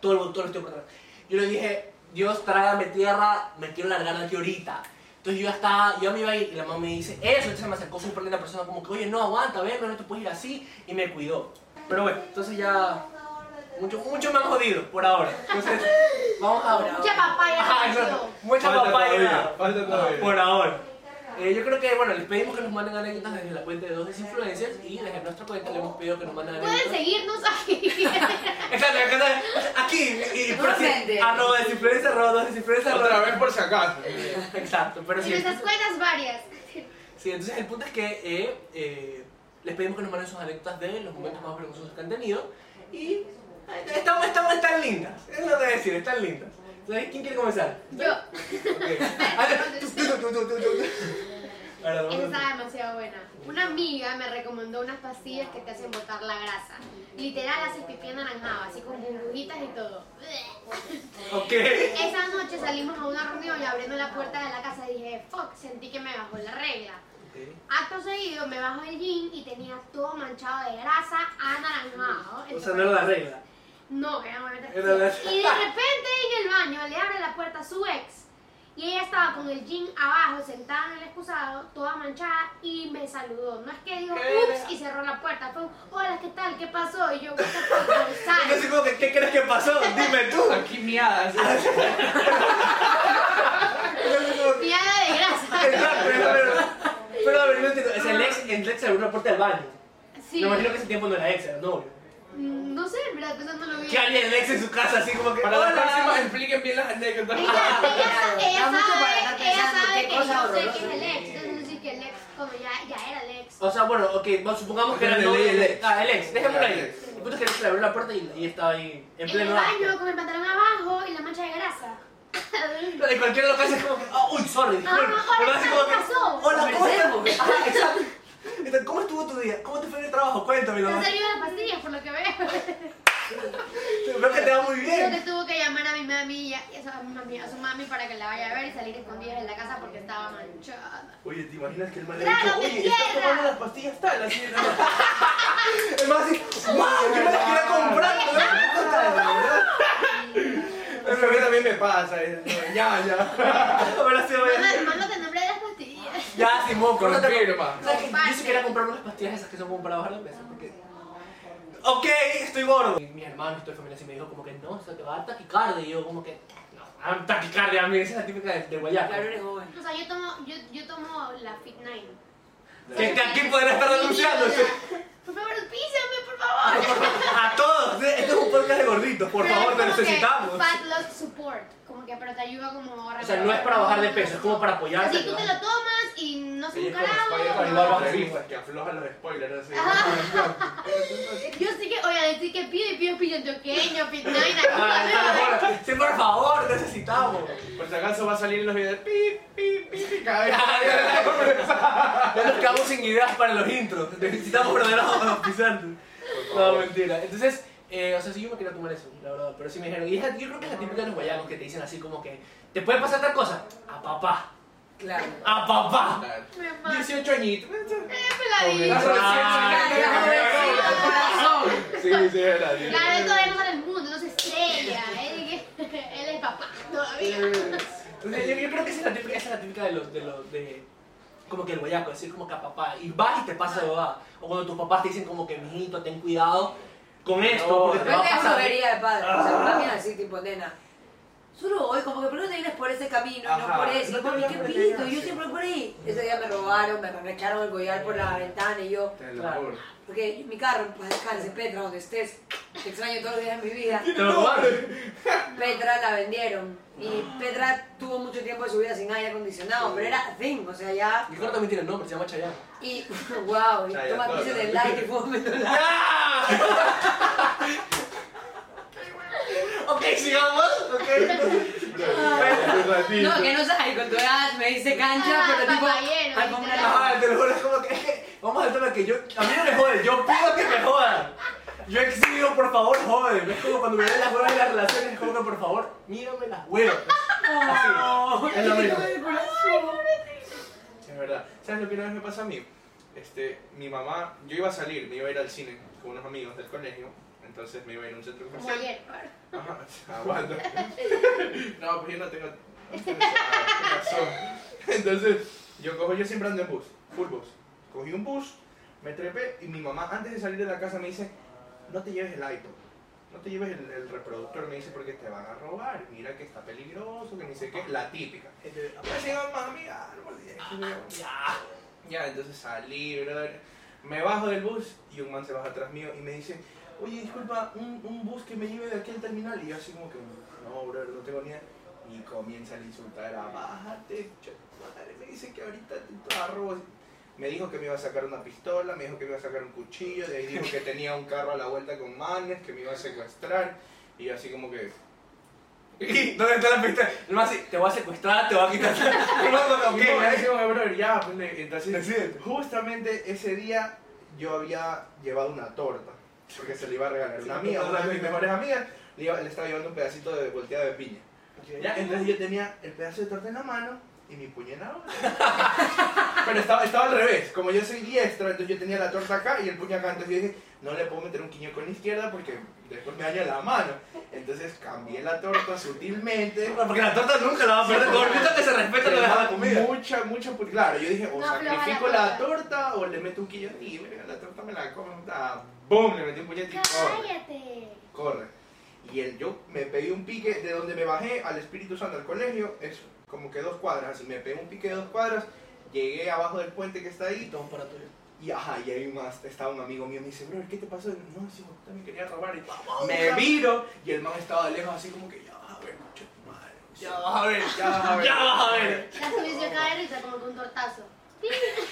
B: todo el, todo el tiempo atrás. Yo le dije, Dios, trágame tierra, me quiero largar de aquí ahorita. Entonces yo ya estaba, yo me iba a ir y la mamá me dice, eso, entonces se me acercó súper linda persona, como que, oye, no aguanta, ven, no te puedes ir así, y me cuidó. Pero bueno, entonces ya, mucho, mucho me han jodido por ahora. Entonces, vamos ahora.
A: Mucha papaya.
B: Ajá,
A: me
B: exacto.
A: pareció.
B: Mucha
D: Falta
B: papaya. Ah,
D: todavía, falta todavía.
B: Por ahora. Eh, yo creo que, bueno, les pedimos que nos manden anécdotas desde la cuenta de dos desinfluencers y desde nuestra cuenta le hemos pedido que nos manden anécdotas.
A: Pueden seguirnos aquí.
B: Exacto, acá está, aquí, y
C: No
B: por así,
C: ofende.
B: arroba desinfluencia, arroba dos desinfluencia,
D: Otra
B: arroba...
D: vez por si acaso.
B: Exacto, pero
A: en
B: Ah, sí.
A: nuestras cuentas varias.
B: Sí, entonces el punto es que eh, eh, les pedimos que nos manden sus anécdotas de los momentos más vergonzosos que han tenido y eh, están, están, están lindas, es lo que decir, están lindas. Entonces, ¿quién quiere comenzar?
A: Yo.
B: Ah, tú, tú, tú, tú, tú, tú. Ahora, vamos.
A: Esa estaba demasiado buena. Una amiga me recomendó unas pastillas que te hacen botar la grasa. Literal, haces pipí anaranjado, así con burbujitas y todo.
B: Ok.
A: Esa noche salimos a una reunión y abriendo la puerta de la casa dije, fuck, sentí que me bajó la regla. Acto seguido me bajo el jean y tenía todo manchado de grasa anaranjado.
B: O sea, no era la regla.
A: No, que era una meta.
B: Era la-
A: Y de repente en el baño le abre la puerta a su ex. Y ella estaba con el jean abajo, sentada en el excusado, toda manchada, y me saludó. No es que dijo, ups, y cerró la puerta. Fue, un, hola, ¿qué tal? ¿Qué pasó? Y yo, "What the fuck, Gonzalo?".
B: Entonces, como que, ¿qué crees que pasó? Dime tú. Ah,
D: Aquí miadas.
A: Miada de grasa.
B: Exacto, pero, pero, pero a ver, no en Dexter abrió una puerta del baño.
A: Sí.
B: Me imagino que ese tiempo no era Dexter, no.
A: Mm, No sé, en verdad, pensándolo bien.
B: ¿Qué haría el ex en su casa así como que
D: Para
B: "Hola"?
D: la próxima expliquen bien las anécdotas.
A: Ella, ella, sa- ella
C: Claro, da mucho para estar
A: sabe, ella
C: pensando,
A: sabe
C: qué
A: que
C: cosa
A: yo sé que es
C: horrorosa.
A: el ex, entonces decir que el ex como ya, ya era el ex.
B: O sea, bueno, ok, bueno, supongamos que era el
D: Porque le leí
B: novio
D: el
B: del-
D: ex.
B: Ah, el ex, dejémoslo
D: Ya, el
B: ahí.
D: ex.
B: El punto es que el ex le abrió la puerta y, y estaba ahí en
A: En el
B: pleno
A: baño con el pantalón abajo y la mancha de grasa.
B: acto. En cualquier local es como que, "Ah, uy,
A: Ah,
B: sorry, disculpe.
A: hola,
B: Pero así como
A: ¿qué pasó?
B: que, Hola, ¿cómo
C: Conversemos.
B: estás? Ajá, exacto. Entonces, ¿Cómo estuvo tu día? ¿Cómo te fue en el trabajo? Cuéntame,
A: No
B: mamá.
A: se dio las pastillas por lo que veo.
B: Veo que te va muy
A: Creo que
B: bien.
A: tuvo que llamar a mi mami y a, y a su- a mi mami, a su mami para que la vaya a ver y salir escondida en la casa porque estaba manchada.
D: Oye, ¿te imaginas que el man
A: Claro, mi tierra.
D: pastillas tal? Así de la
B: Es más, así, wow, yo me la quería comprar. me la quería comprar".
D: Pero a mí también me pasa. eh. Ya, ya.
B: Ahora sí, voy a-
A: Mamá, mamá, te nombré de las pastillas.
B: Ya, Simón, córtate.
D: Confirma.
B: ¿Sabes qué? Yo sí quería comprarme unas pastillas esas que son como para bajar de peso. Porque... Ok, estoy gordo. Y mis hermanos y toda la familia así me dijo como que no, eso te va a dar taquicardia. Y yo como que, no, me da taquicardia a mí, esa es la típica de, de guayaco.
C: Claro, eres joven.
A: O sea, yo tomo, yo, yo tomo la Fit 9.
B: Que, que aquí podrá estar denunciando.
A: Por favor, písame, por favor.
B: A todos, ¿eh? esto es un podcast de gorditos, por
A: Pero
B: favor,
A: es
B: te
A: como que
B: necesitamos.
A: Fat loss support, como que pero te ayuda como a
B: O sea, no es para bajar de peso, es como para
A: O sea,
B: apoyarte.
A: si tú te lo tomas y no es
D: Ella
A: un
D: es como Spider-Man,
B: Pero
A: carajo.
B: igual baja
D: igual baja
B: así.
D: que aflojan los spoilers. Así.
A: Yo sí que, oye, decir que pido y pido pillantoqueño, Fit 9,
B: Ah, por favor, Sí, por favor, necesitamos.
D: Por si acaso va a salir en los videos. Pi, pi, pi, pi, cada vez.
B: Ya nos quedamos sin ideas para los intros. Necesitamos verdaderos auspiciantes. No, mentira. Entonces, eh, o sea, sí, yo me quería tomar eso, la verdad. Pero sí me dijeron, y es- yo creo que es la típica de los guayacos que te dicen así como que, ¿te puede pasar tal cosa? A papá,
C: Claro.
B: a papá.
A: Me mata.
D: 18 añitos.
A: Me la
B: Con el-
A: vi.
B: Ah,
C: Claro, el corazón.
D: Sí, sí, era. sí,
A: Claro, él
D: era.
A: todavía no sale el mundo, no se estrella. Él, él es papá todavía.
B: Entonces, yo, yo creo que esa es la típica, esa es la típica de los, de los, de, como que el guayaco, decir como que a papá. Y vas y te pasa de boda. O cuando tus papás te dicen como que, mijito, ten cuidado con esto,
D: No,
B: porque te va a
C: Realmente es
B: pasar.
C: brujería de padre. O sea, mami es así, tipo, nena. Solo hoy, como que ¿por qué no te vienes por ese camino,
D: Ajá.
C: no por ese?
D: No
C: Y
D: te
C: mami,
D: voy a
C: qué
D: pretender,
C: pito, yo
D: sí.
C: siempre por ahí. Ese día me robaron, me arrancaron el collar por la ventana y yo,
D: Te lo juro.
C: porque mi carro, para descanse, Petra, donde estés, te extraño todos los días de mi vida.
B: Te lo guardo.
C: Petra la vendieron y Petra tuvo mucho tiempo de su vida sin aire acondicionado, pero era thing, o sea, ya.
B: Mi carro también tiene nombre, se llama Chayanne.
C: Y, wow, y
D: Ya, ya,
C: toma
D: todo,
C: piso
D: ¿no?
C: del like y fue un
B: ok, sigamos. Ok.
C: No, que no sabes, con tu edad me dice cancha,
A: Ah,
C: pero tipo.
A: papayero,
C: ay, pongo una
A: literal.
C: lava.
B: Ah, te lo juro, es como que, Vamos al tema que yo. A mí no me joden, yo pido que me jodan. Yo exijo, por favor, joden. Es como cuando me ven las huevas en las relaciones, es como que, por favor, mírame las huevas. Así. Es lo mismo.
D: Es verdad. ¿Sabes lo que una vez me pasa a mí? Este, mi mamá, yo iba a salir, me iba a ir al cine con unos amigos del colegio, entonces me iba a ir a un centro
A: Como
D: comercial.
A: ayer, par.
D: Ajá, aguanta. No, pues yo no tengo. ¿Qué pasó? Entonces, yo cojo, yo siempre ando en bus, full bus. Cogí un bus, me trepé y mi mamá antes de salir de la casa me dice, no te lleves el iPod, no te lleves el, el reproductor, me dice porque te van a robar, mira que está peligroso, que ni sé qué, la típica. Pues digo, mami, árbol, ya".
B: Ya.
D: Ya, entonces salí, brother. Me bajo del bus y un man se baja atrás mío y me dice, oye, disculpa, un, un bus que me lleve de aquí al terminal. Y yo así como que, no, brother, no tengo ni idea. Y comienza a insultar, a bájate, chuta madre". Me dice que ahorita te arrobo. Me dijo que me iba a sacar una pistola, me dijo que me iba a sacar un cuchillo, de ahí dijo que tenía un carro a la vuelta con manes, que me iba a secuestrar. Y yo así como que,
B: ¿Y ¿Dónde está la pista? El más así, te voy a secuestrar, te voy a quitar. El man como,
D: Y
B: ok,
D: no,
B: ya.
D: en ese momento, brother, ya, pues, le- entonces,
B: Decídete.
D: justamente ese día yo había llevado una torta, porque se le iba a regalar
B: Sí,
D: una
B: una
D: amiga,
B: torta
D: una de
B: de
D: mis
B: piña.
D: mejores amigas, le, iba- le estaba llevando un pedacito de volteada de piña. Ya, entonces yo tenía el pedazo de torta en la mano y mi puño en la otra. Pero estaba, estaba al revés, como yo soy diestro, entonces yo tenía la torta acá y el puño acá, entonces yo dije, no le puedo meter un quiño con la izquierda porque después me daña la mano. Entonces cambié la torta sutilmente.
B: Porque la torta nunca la va a perder. Con que se respeta, no le deja la comida.
D: Mucha, mucha put- Claro, yo dije, o
A: No, afloja
D: sacrifico
A: la
D: la torta o le meto un quillo y verga, la torta me la como. Ah, ¡Bum! Le metí un puñete y corre.
A: Cállate.
D: Corre. Y el, yo me pegué un pique de donde me bajé al Espíritu Santo, al colegio, es como que dos cuadras, así me pegué un pique de dos cuadras, llegué abajo del puente que está ahí,
B: Todo para tuyo.
D: Y ajá, y ahí más, estaba un amigo mío, me dice, bro, ¿qué te pasó? Y yo, No, sí, yo también quería robar. Y ¡pam! me viro, y el man estaba de lejos así como que, ya vas a ver, mucho tu madre.
B: Ya vas a ver.
D: Ya vas a ver.
B: Ya vas a ver.
A: La subiste a caer y te como que un tortazo.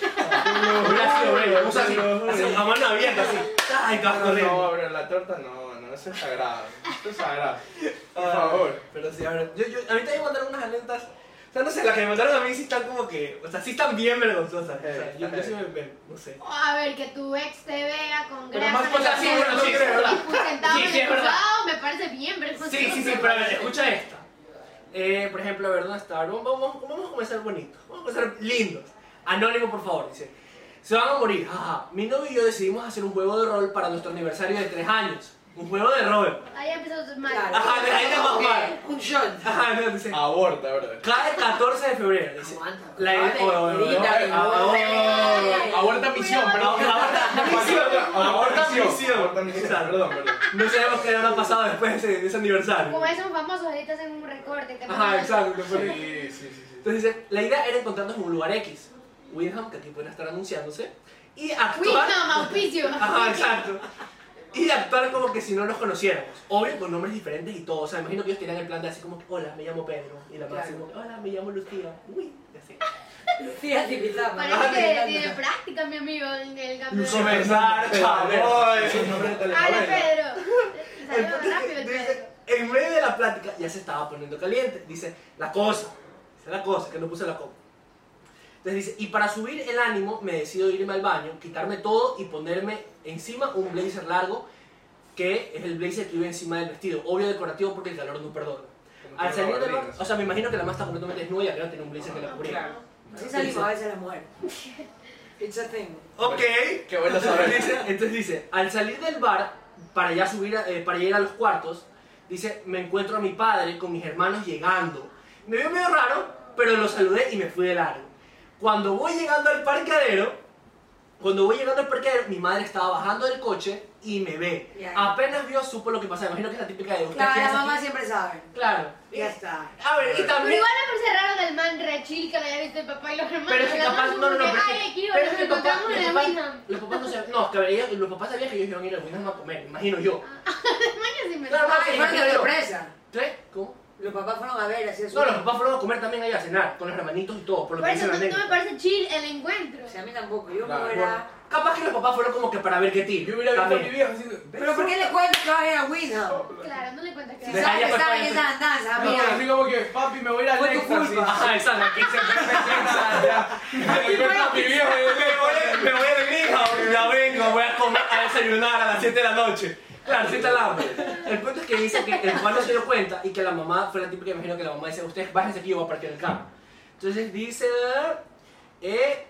B: Hubiera sido bello. O sea, así, así, a mano abierta, así. Ay, te vas
D: No,
B: corriendo.
D: no, bro, la torta no, no, eso es sagrado. Eso es sagrado.
B: Ah.
D: Por favor.
B: Pero sí, a ver, yo, yo, a mí también me mandaron unas alentas. O sea, no sé, las que me mandaron a mí sí están como que. O sea, sí están bien vergonzosas. O sea, yo, yo sí me. me- No sé.
A: O a ver, que tu ex te vea con
B: Pero
A: grasa
B: más
A: en
B: cosas
A: la
B: así,
A: boca
B: bueno, sí, sí, es verdad.
A: y pues sentado
B: Sí,
A: en
B: sí,
A: el
B: es verdad.
A: cruzado, me parece bien vergonzoso.
B: Sí, sí, sí, pero a ver, escucha esta. Eh, por ejemplo, a ver, ¿dónde está? Vamos, vamos, vamos a comenzar bonitos, vamos a comenzar lindos. Anónimo, por favor, dice. Se van a morir, jaja. Mi novio y yo decidimos hacer un juego de rol para nuestro aniversario de 3 años. Un juego de rol.
A: Ahí empezó tu mal.
C: Claro.
B: Ajá, de ahí te vas
C: Ok,
B: mal.
C: Un shot.
B: Ajá, no, dice.
D: Aborta, bro.
B: Cae 14 de febrero, dice.
C: Aguanta.
B: La
C: Aguanta,
B: idea. oh, oh, oh,
C: grita,
B: oh, oh,
C: grita.
D: Aborta misión, perdón.
B: Aborta misión.
D: Aborta misión.
B: Aborta
D: Aborta
B: misión.
D: misión, perdón, perdón.
B: No sabemos qué habrá pasado después de ese, de ese aniversario.
A: Como esos famosos, ahorita hacen un recorte. te mandan
B: Ajá,
A: a-
B: exacto. que fue-
D: Sí, sí, sí. sí.
B: Entonces dice, la idea era encontrarnos en un lugar X, Wyndham, que aquí pueden estar anunciándose, y actuar...
A: Uy, no, auspicio.
B: Ajá, exacto. Y actuar como que si no nos conociéramos. Obvio, con nombres diferentes y todo. O sea, imagino que ellos tenían el plan de así como, hola, me llamo Pedro. Y la
C: Claro.
B: persona como, hola, me llamo Lucía. Uy, y así.
C: Sí, así pizarra.
A: Parece que tiene práctica, mi amigo, en el campeonato.
B: Comenzar, chaval.
D: Es un nombre de
A: Habla
D: telenovela.
A: Pedro.
B: El
A: Salió
B: punto es que
A: rápido el
B: dice,
A: Pedro.
B: en medio de la plática ya se estaba poniendo caliente. Dice, la cosa, dice la cosa, que no puse la copa. Entonces dice, y para subir el ánimo me decido irme al baño, quitarme todo y ponerme encima un blazer largo, que es el blazer que iba encima del vestido, obvio decorativo porque el calor no perdona.
D: Como
B: Al
D: que
B: salir del baño,
D: gabardina.
B: o sea, me imagino que la más está completamente desnuda y acá tenía un blazer que la cubría.
C: Claro. Sí salimos a veces las mujeres. It's a thing.
B: Ok.
D: Qué bueno
B: Entonces
D: saber.
B: dice, entonces dice, al salir del bar, para ya subir, a- eh, para ya ir a los cuartos, dice, me encuentro a mi padre con mis hermanos llegando. Me vio medio raro, pero lo saludé y me fui de largo. Cuando voy llegando al parqueadero, cuando voy llegando al parqueadero, mi madre estaba bajando del coche y me ve.
C: Ya.
B: Apenas vio, supo lo que pasaba. Imagino que es la típica de usted.
C: Claro,
B: ¿qué
C: las
B: hace aquí?
C: mamás siempre saben.
B: Claro.
C: Ya está.
B: A ver, y
A: Pero
B: también...
A: igual me parece raro del man re chill que lo haya visto el papá y los hermanos.
B: Pero es que
A: los
B: capaz,
A: hermanos
B: no, no, no,
A: como que,
B: pero
A: Ay,
B: es que-
A: aquí,
B: pero es
A: nos
B: que papá-
A: encontramos en
B: los
A: el
B: papás-
A: Winham.
B: los papás no sabían, no, que ellos- los papás sabían que ellos iban a ir al Winham a comer, imagino yo.
A: Ah. Maña se me
B: Claro,
A: fue.
B: claro.
C: Ah, y fueron de sorpresa.
B: ¿Tres? ¿Cómo?
C: Los papás fueron a ver, así es.
B: No, los papás fueron a comer también allá a cenar, con los hermanitos y todo, por lo
A: Por
B: que
A: eso no,
B: dicen las
A: no me
B: anécdotas.
A: parece chill el encuentro.
C: O sea, a mí tampoco. Yo
D: Claro.
C: me era...
B: Capaz que los papás fueron como que para ver qué tío.
D: Yo hubiera visto a mi
B: También.
D: viejo así. ¿ves?
C: Pero ¿por qué le cuento que vas a ir a Winham?
A: Claro, no le cuentas que
C: Si
B: Deja
C: sabes
B: ya
C: que
B: para
C: saben
B: poner-
C: esa andanza,
D: No, pero así
C: mira.
D: como que, papi, me voy a ir al
C: Fue tu
D: Texas,
C: culpa.
D: sí.
B: Ajá, exacto, aquí se
D: Me cuenta a mi viejo y yo,
B: Me voy, me voy a mi hija, ya vengo, voy a comer, a desayunar a las 7 de la noche. Claro, sí está el hambre. El punto es que dice que el Juan no se dio cuenta y que la mamá fue la típica, imagino que la mamá dice, ustedes bájense aquí, yo voy a partir el carro. Entonces dice, eh,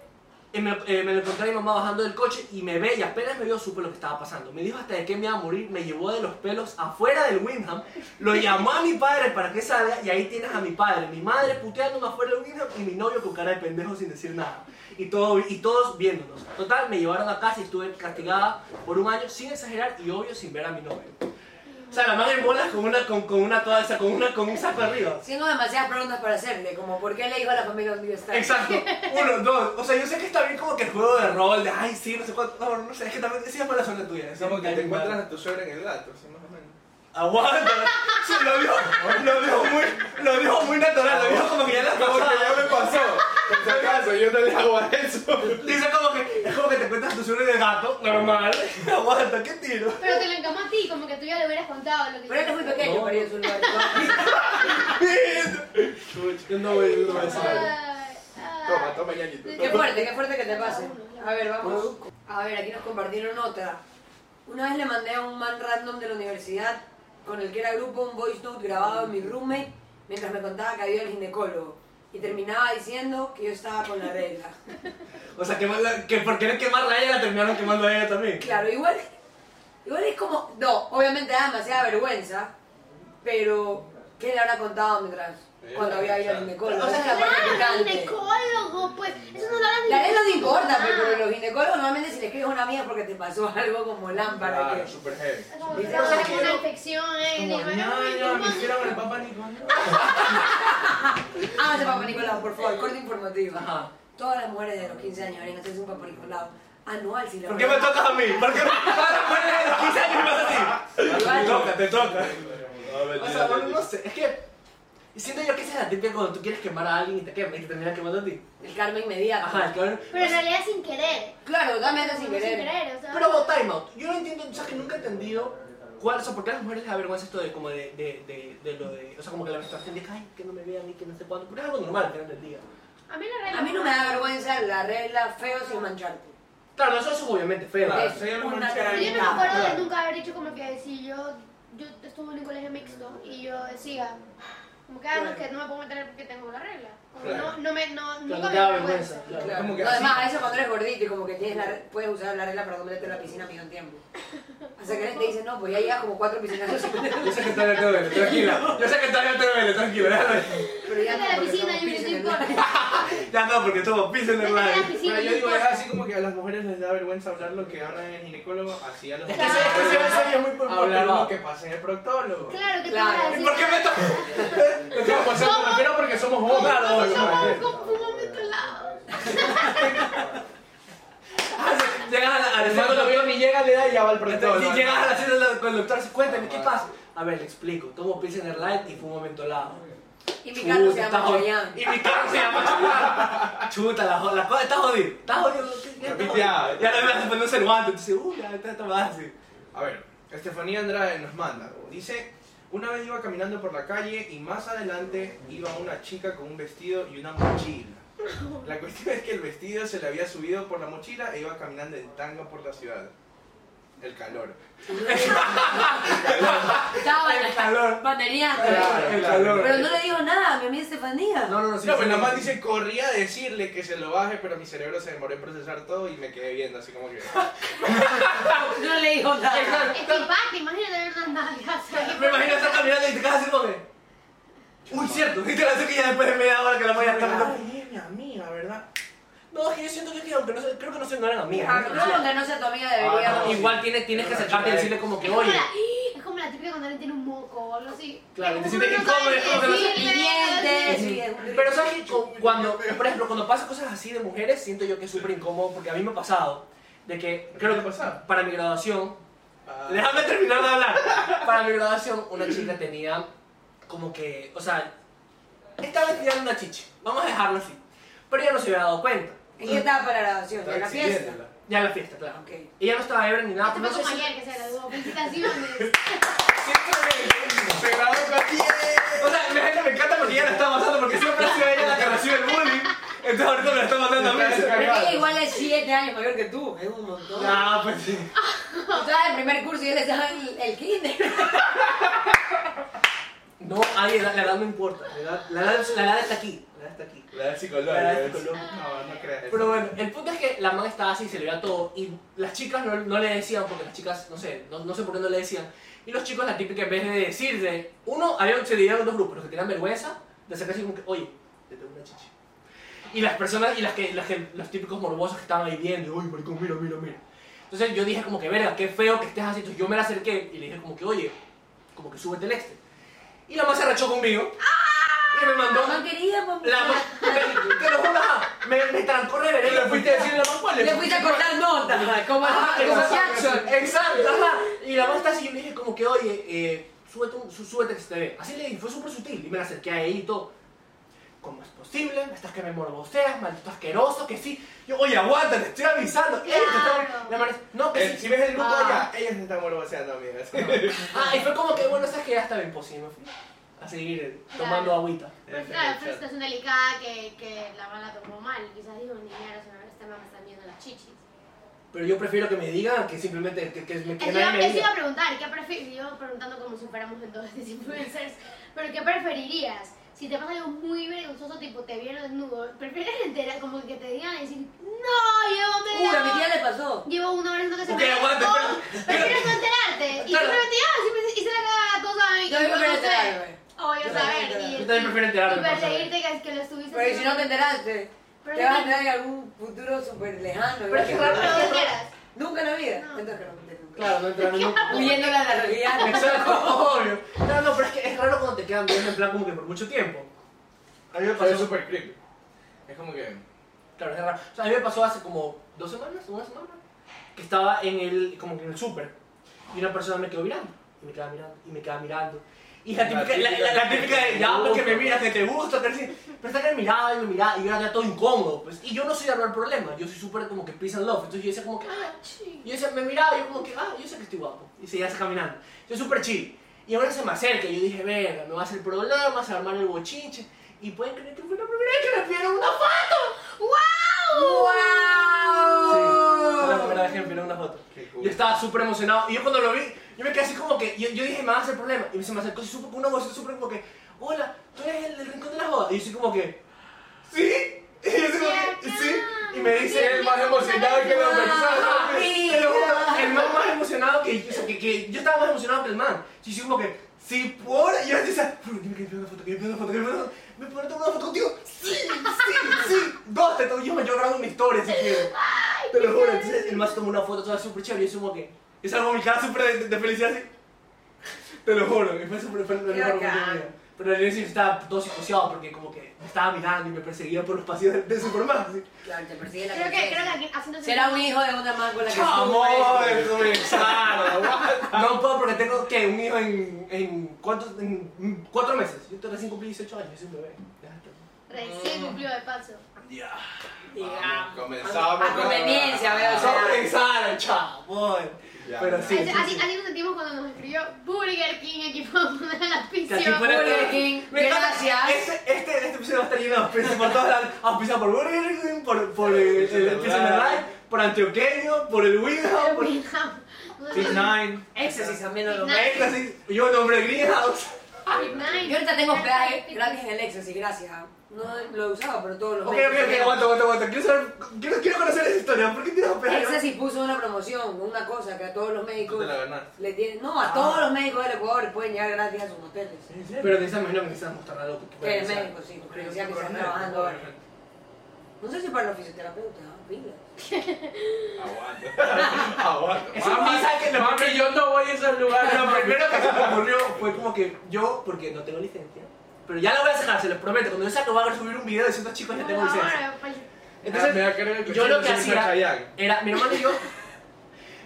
B: eh, me, eh, me lo encontré a mi mamá bajando del coche y me ve y apenas me vio supe lo que estaba pasando. Me dijo hasta de qué me iba a morir, me llevó de los pelos afuera del Windham, lo llamó a mi padre para que salga y ahí tienes a mi padre, mi madre puteándome afuera del Windham y mi novio con cara de pendejo sin decir nada. Y, todo, y todos viéndonos. Total, me llevaron a casa y estuve castigada por un año sin exagerar y obvio sin ver a mi novio. O sea, la madre en bolas con una, con, con una toda esa, con una, con un saco arriba.
C: Tengo demasiadas preguntas para hacerle, como ¿por qué le dijo a la familia dónde iba a estar?
B: Exacto, uno, dos. O sea, yo sé que está bien como que el juego de rol, de ay, sí, no sé cuánto. No, no sé, es que también sí es mala suerte tuya.
D: Es
B: Es
D: como que te encuentras a tu suegra en el gato, así más o menos.
B: Aguanta. Sí, lo dijo, lo dijo muy, lo dijo muy natural, lo dijo como que ya la
D: Ah, Como que
B: pasaba.
D: ya me pasó. Por si acaso, yo no le hago a eso.
B: Dice como que, es como que te encuentras a tu suelo de gato, normal. Aguanta, qué tiro.
A: Pero te lo encamó a ti, como que tú ya le hubieras contado lo que
C: Pero él es muy pequeño
B: No.
C: para ir a su lugar.
B: Yo no voy, yo no voy a saber.
A: Ay, ay.
D: Toma, toma, ñañito.
C: Qué fuerte, qué fuerte que te pase. A ver, vamos.
B: ¿Puedo?
C: A ver, aquí nos compartieron otra. Una vez le mandé a un man random de la universidad con el que era grupo un voice note grabado en mi roommate mientras me contaba que había el ginecólogo. Y terminaba diciendo que yo estaba con la regla.
B: O sea, que, mala- que por querer quemarla a ella, la terminaron quemando a ella también.
C: Claro, igual, igual es como. No, obviamente da demasiada vergüenza, pero ¿qué le habrá contado mientras? Cuando había ido al ginecólogo.
B: O sea,
C: Esa es la parte
A: Claro,
C: picante.
A: ginecólogo, pues. Eso no lo hablan ni
C: La regla no importa, pues,
A: Ah.
C: pero, pero los ginecólogos normalmente si le escribes a una amiga es porque te pasó algo como lámpara.
D: Claro,
C: que-
D: Ah, super heavy.
A: Como que
C: Dice,
A: estaba
C: "Oye,
A: con una
B: quiero-
A: infección, eh.
B: Como,
A: de-
B: ñaña, me hicieron el papá Nicolás.
C: Ah, ese papá Nicolau, por favor, corte informativo.
B: Ajá.
C: Todas las mujeres de los 15 años deberían hacerse un papá Nicolau Ah, no, al cine.
B: ¿Por qué me tocas a mí? ¿Por qué me tocas a 15 años y me haces así? Te toca, te toca. O sea, bueno, no sé, es que siento yo que esa es la típica cuando tú quieres quemar a alguien y te quemas y te terminan quemando a ti.
C: El karma inmediato.
B: Ajá, el cabrón.
A: Pero en realidad sin querer.
C: Claro, dame eso
A: Sin
C: sin querer.
A: querer, o sea.
B: Pero time out. Yo no entiendo, o sea, que nunca he entendido cuál, o sea, por qué a las mujeres les da vergüenza esto de como de, de, de, de lo de, o sea, como que la menstruación de, ay, que no me vean y que no sé cuándo, pero es algo normal al final del día.
A: a mí la regla.
C: A mí no me da vergüenza la regla feo sin mancharte.
B: Claro, eso es obviamente feo.
D: Claro,
C: Es
D: sí, la
C: una
D: mancha.
A: Pero Yo no me
C: realidad.
A: acuerdo de
B: Claro.
A: nunca haber dicho como que si yo, yo estuve en un colegio mixto y yo decía, como que, ah, no, es que no me puedo meter porque tengo la regla. Como que no, no me, no, nunca
B: no
A: me
B: te da
A: da
B: vergüenza,
A: vergüenza.
B: claro.
C: Claro.
D: Como que
C: No, además,
D: así.
C: a veces cuando eres gordito y como que tienes la, re- puedes usar la regla para no meterte en la piscina pidiendo tiempo. Hasta que alguien te dice, no, pues ya llevas como cuatro piscinas.
B: Yo sé que todavía te duele, tranquila. Yo sé que todavía te duele, tranquila, déjame.
C: Pero ya
A: Vete
C: no,
A: a la
C: porque
A: piscina, yo
C: estamos piscinas,
A: estoy
C: ¿no?
A: corta.
B: Ya no, porque tomo pizza en
A: Vete
B: el
A: a la
B: baño.
A: piscina,
D: Pero yo
A: no
D: digo, es
A: importa.
D: así como que a las mujeres les da vergüenza hablar lo que hablan en el ginecólogo, así a los
B: Es que ese- es que ese- ese es muy por- por
D: hablar
B: privado.
D: lo que pasa en el proctólogo.
A: Claro, que te
C: Claro.
A: vas a
B: ¿Y
A: decir.
B: por qué me toca?
D: O sea, pues,
A: ¿Cómo?
D: me refiero porque somos
A: ¿Cómo
D: hombres.
B: Claro,
A: somos
D: claro.
A: como fumamos colados?
B: Llegas a la, a
D: Al
B: la-
D: hermano todavía ni llega a la edad y ya va al
B: Entonces,
D: proctólogo.
B: si llegas a la cena del conductor, cuéntame,
D: Ah.
B: ¿qué pasa? A ver, le explico. Tomo Pilsener Light y fumo mentolado.
C: Y mi carro se
B: Chuta,
C: llama
B: jod-
C: Choyán.
B: Y mi carro se llama Choyán. Chuta, la joda, la cosa está jodido. Está jodido. ¿qué- qué- qué-
D: Piteado.
B: Ya no me hace ponerse el guante. Entonces, uh, ya está tomada así.
D: A ver, Estefanía Andrade nos manda. Dice, una vez iba caminando por la calle y más adelante iba una chica con un vestido y una mochila. La cuestión es que el vestido se le había subido por la mochila e iba caminando en tanga por la ciudad. El calor.
C: Estaba
B: El calor.
C: batería.
D: Claro,
B: El
D: claro.
B: calor.
C: Pero no le digo nada a mi amiga Estefanía.
B: No, no, no. sí,
D: no,
B: sí,
D: pues nada
B: sí.
D: más dice, corrí a decirle que se lo baje, pero mi cerebro se demoró en procesar todo y me quedé viendo así como que...
C: No le digo nada.
A: Es que impacta, imagínate ver unas nalgas ahí.
B: Me imagino estar caminando y te quedas así como que. Uy, cierto. Y te la que ya después de media hora que la voy a estar.
D: es mi amiga, ¿verdad?
B: No, es que yo siento que, es que aunque no se, creo que no se no eran amigas. ¿no?
C: Ah, No, que no sea tu amiga
D: Ah,
C: debería.
D: no.
B: Igual tienes, tienes que acercarte y decirle como que,
A: Es como,
B: oye.
A: la, es como la típica cuando alguien tiene un moco o algo así.
B: Claro, y te
A: Que
B: sientes
A: uno no sabe
B: incómodo, es como que no
A: qué
B: sé-
A: decirle.
C: Dientes. y es un-
B: Pero sabes que cu- cuando, por ejemplo, cuando pasa cosas así de mujeres, siento yo que es súper incómodo porque a mí me ha pasado de que,
D: ¿Qué
B: creo
D: te
B: que
D: ha pasado?
B: para mi graduación,
D: Ah,
B: déjame terminar de hablar, para mi graduación una chica tenía como que, o sea, estaba enseñando una chichi, vamos a dejarlo así, pero ella no se había dado cuenta,
C: ¿En qué etapa la grabación? ¿En la fiesta?
D: siguiéndola.
B: ya en la fiesta, claro.
C: Ok.
B: Ella no estaba ebria ni nada,
A: Este
B: pero no
A: fue
B: sé
A: como
B: si...
A: ayer que se graduó. Felicitaciones. Pues
D: Se grabó con 10.
B: O sea, la gente me encanta porque ella la está matando porque siempre ha sido ella la que recibe el bullying, entonces ahorita me la está matando a mí.
C: Pero es que ella igual es 7 años mayor que tú, es un montón.
B: Ah, pues sí.
C: Tú estabas en primer curso y él estaba en el- el kinder.
B: No, hay edad, la edad no importa. La edad, la edad, la edad está aquí. La edad está aquí.
D: La del psicólogo.
B: La del
D: es-
B: psicólogo.
D: No, no creas.
B: Pero bueno, el punto es que la man estaba así, se le veía todo. Y las chicas no, no le decían, porque las chicas, no sé, no, no sé por qué no le decían. Y los chicos, la típica, en vez de decirle, uno, había, se dividían en dos grupos, los que tenían vergüenza, de acercarse como que, oye, te tengo una chichi. Y las personas, y las que, las que- los típicos morbosos que estaban ahí viendo, uy, maricón, mira, mira, mira. Entonces yo dije como que, verga, qué feo que estés así. Entonces yo me la acerqué y le dije como que, oye, como que súbete el este. Y la man se arrachó conmigo. Y me mandó
C: No quería, mamá.
B: la me, te lo juro, ajá, me, me trancó reverendo.
D: le fuiste a "Ah, decirle a la mamá,
C: Le fuiste a cortar nota, como
B: Ajá,
C: como Jackson.
B: exacto, exacto, ajá. Y la mamá está así, yo le dije como que, oye, eh, súbete, un- su- súbete que se te ve. Así le dije, fue súper sutil. Y me la acerqué a ella y todo. ¿Cómo es posible? Me estás que me morboseas, maldito asqueroso, que sí. Yo, oye, aguanta, te estoy avisando. Ella te está-
A: Claro.
B: la madre, no, que
D: Eh,
B: sí.
D: Si ves el grupo
B: Ah.
D: allá, ellas se están morboseando, amigas.
B: Ah, y fue como que, bueno, sabes que ya está bien, pues sí, me fui a seguir eh, tomando
A: Claro.
B: agüita.
A: Pues claro, fue una situación delicada que, que la mala tomó mal. Quizás dijo, niñera, señora, esta mamá está viendo las chichis.
B: Pero yo prefiero que me digan que simplemente que, que me que
A: Eso
B: nadie
A: iba,
B: me
A: eso
B: diga.
A: iba a preguntar, ¿qué preferirías? Yo preguntando como si fuéramos entonces influencers, pero ¿qué preferirías? Si te pasa algo muy vergonzoso, tipo te vieron desnudo, ¿prefieres enterar como que te digan y decir, no, yo no
C: Uy, a mi
A: te
C: tía
A: veo"?
C: le pasó.
A: Llevo una hora en que se
B: Ok,
A: me
B: aguante,
A: O
B: pero-
A: prefieres Oh, no enterarte. Y
B: Claro.
A: simplemente ya, siempre hice la cagada, todos saben. y
C: Yo prefiero
A: no sé.
C: enterarme.
A: O voy a
C: Yo
A: saber.
C: prefiero
A: y-
B: Yo también prefiero enterarme,
A: Y
B: por saber.
A: perseguirte que, que lo estuviste.
C: Pero ¿y si no te
A: haciendo.
C: enteraste,
A: Pero
C: te
A: no
C: vas a
A: te-
C: enterar en algún futuro súper lejano.
B: Pero es que
C: ¿verdad?
A: Pero
B: raro-
A: donde quieras.
C: Nunca en la vida.
A: No.
C: Entonces que no me enteré nunca.
B: Claro, no entrarme nunca.
C: Huyéndole a la realidad.
B: Exacto, obvio. No, no, pero es que es raro cuando te quedan viendo en plan como que por mucho tiempo.
D: A mí me
B: pasó
D: pasó súper creepy. Es como que.
B: Claro, es raro. O sea, a mí me pasó hace como dos semanas, una semana, que estaba en el, como que en el súper y una persona me quedó mirando, y me quedaba mirando, y me quedaba mirando. Y la
D: La
B: típica, la,
D: típica
B: la- la
D: que
B: típica de,
D: te
B: ya,
D: gusta.
B: porque me miras, que te gusta, que sí. pero está que me miraba y me miraba, y yo era todo incómodo, pues. Y yo no soy de hablar problemas, yo soy súper como que peace and love, entonces yo decía como que, ah,
A: Sí.
B: y yo decía, me miraba y yo como que, ah, yo sé que estoy guapo. Y seguía así caminando. Yo súper chill. Y ahora se me acerca y yo dije, venga, me va a hacer problemas, a armar el bochinche. Y pueden creer que fue la primera vez que me pidieron una foto. ¡Wow! Sí, fue la primera vez que me pidieron una foto.
D: Qué
B: Yo estaba súper emocionado. Y yo cuando lo vi, yo me quedé así como que, yo, yo dije, me va a hacer problema. Y se me acercó súper con una voz súper como que, hola, tú eres el del rincón de la boda. Y yo soy como que, ¿sí? Y yo soy como que, ¿sí? Y me dice él,
D: el más emocionado que la persona.
B: te lo juro, el man más emocionado que, o sea, que, que yo estaba más emocionado que el man. Y yo como que, sí, por. Y yo decía, "Bro, dime que me pido una foto, que me pido una foto, que me pido una foto. ¿Me puedo tomar una foto contigo? Sí, sí, sí. Dos, te tomo, yo, yo grabo una historia si quieres. Te lo juro. Entonces el man se tomó una foto toda súper chévere. Y yo como que, yo salgo mi cara súper de, de felicidad así. Te lo juro, y fue súper fue lo
C: Qué
B: mejor que
C: bacán.
B: tenía. Pero al inicio yo estaba todo psicoseado porque como que me estaba mirando y me perseguía por los pasillos de, de Superman. así.
C: Claro, te persigue la
A: Creo que, creo que
C: conciencia.
A: aquí haciéndose
C: Será un hijo de una man con la que estuvo,
B: Amor,
C: eh.
B: No puedo porque tengo que un hijo en, en, ¿cuántos, en mm, cuatro meses. Yo recién cumplí 18 años, soy un bebé.
C: Mm.
A: Recién cumplió de paso.
B: Ya.
C: Digamos.
D: Comenzamos
C: A conveniencia, veo.
B: Eso pensaron, chabón.
D: Ah, Ya,
B: Pero
D: ya.
B: sí.
A: así, así, así nos sentimos cuando nos escribió Burger King aquí para poner la
B: Que aquí
A: pizza.
B: fuera-
C: Burger King,
B: Me encanta.
C: gracias.
B: Este, este, este episodio va a estar lleno de auspicios por todos lados. Auspiciado por Burger King, por, por el, el, el Pizza Man Live, por Antioqueño, por el Winhouse, por
D: Big
A: Nine.
D: Nine.
C: Éxtasis también no lo
A: Nine.
B: Éxtasis. Yo nombré Greenhouse.
C: Yo ahorita tengo hospedaje gratis en el Éxtasis, gracias. No lo he usado, pero todos los
B: Ok, ok,
C: meses.
B: ok, aguanta, aguanta, aguanta. Quiero, saber, quiero, quiero conocer esa historia. ¿Por qué tienes hospedaje?
C: Éxtasis puso una promoción, una cosa que a todos los
D: Tú
C: médicos
D: te la ganaste.
C: le tienen, no, a
B: Ah.
C: todos los médicos del Ecuador les pueden llegar gratis a sus hoteles.
B: Pero te estás imaginando que necesitas mostrar algo que
C: Que el médico, sí, con credencial que están trabajando ahora. No sé si para los fisioterapeutas, ¿ah? pila.
D: Aguanta. Aguanta.
B: Eso
D: Mami,
B: pasa que lo-
D: mami, yo no voy a esos lugares.
B: Lo
D: mami.
B: primero que se me ocurrió fue como que yo, porque no tengo licencia, pero ya la voy a sacar, se los prometo. Cuando yo saco, voy a subir un video diciendo chicos, ya pues, tengo licencia.
A: pues,
D: Ah, me
B: Entonces,
D: da cariño que
B: yo lo que
D: soy una Chayanne.
B: hacía era, mi hermano y yo,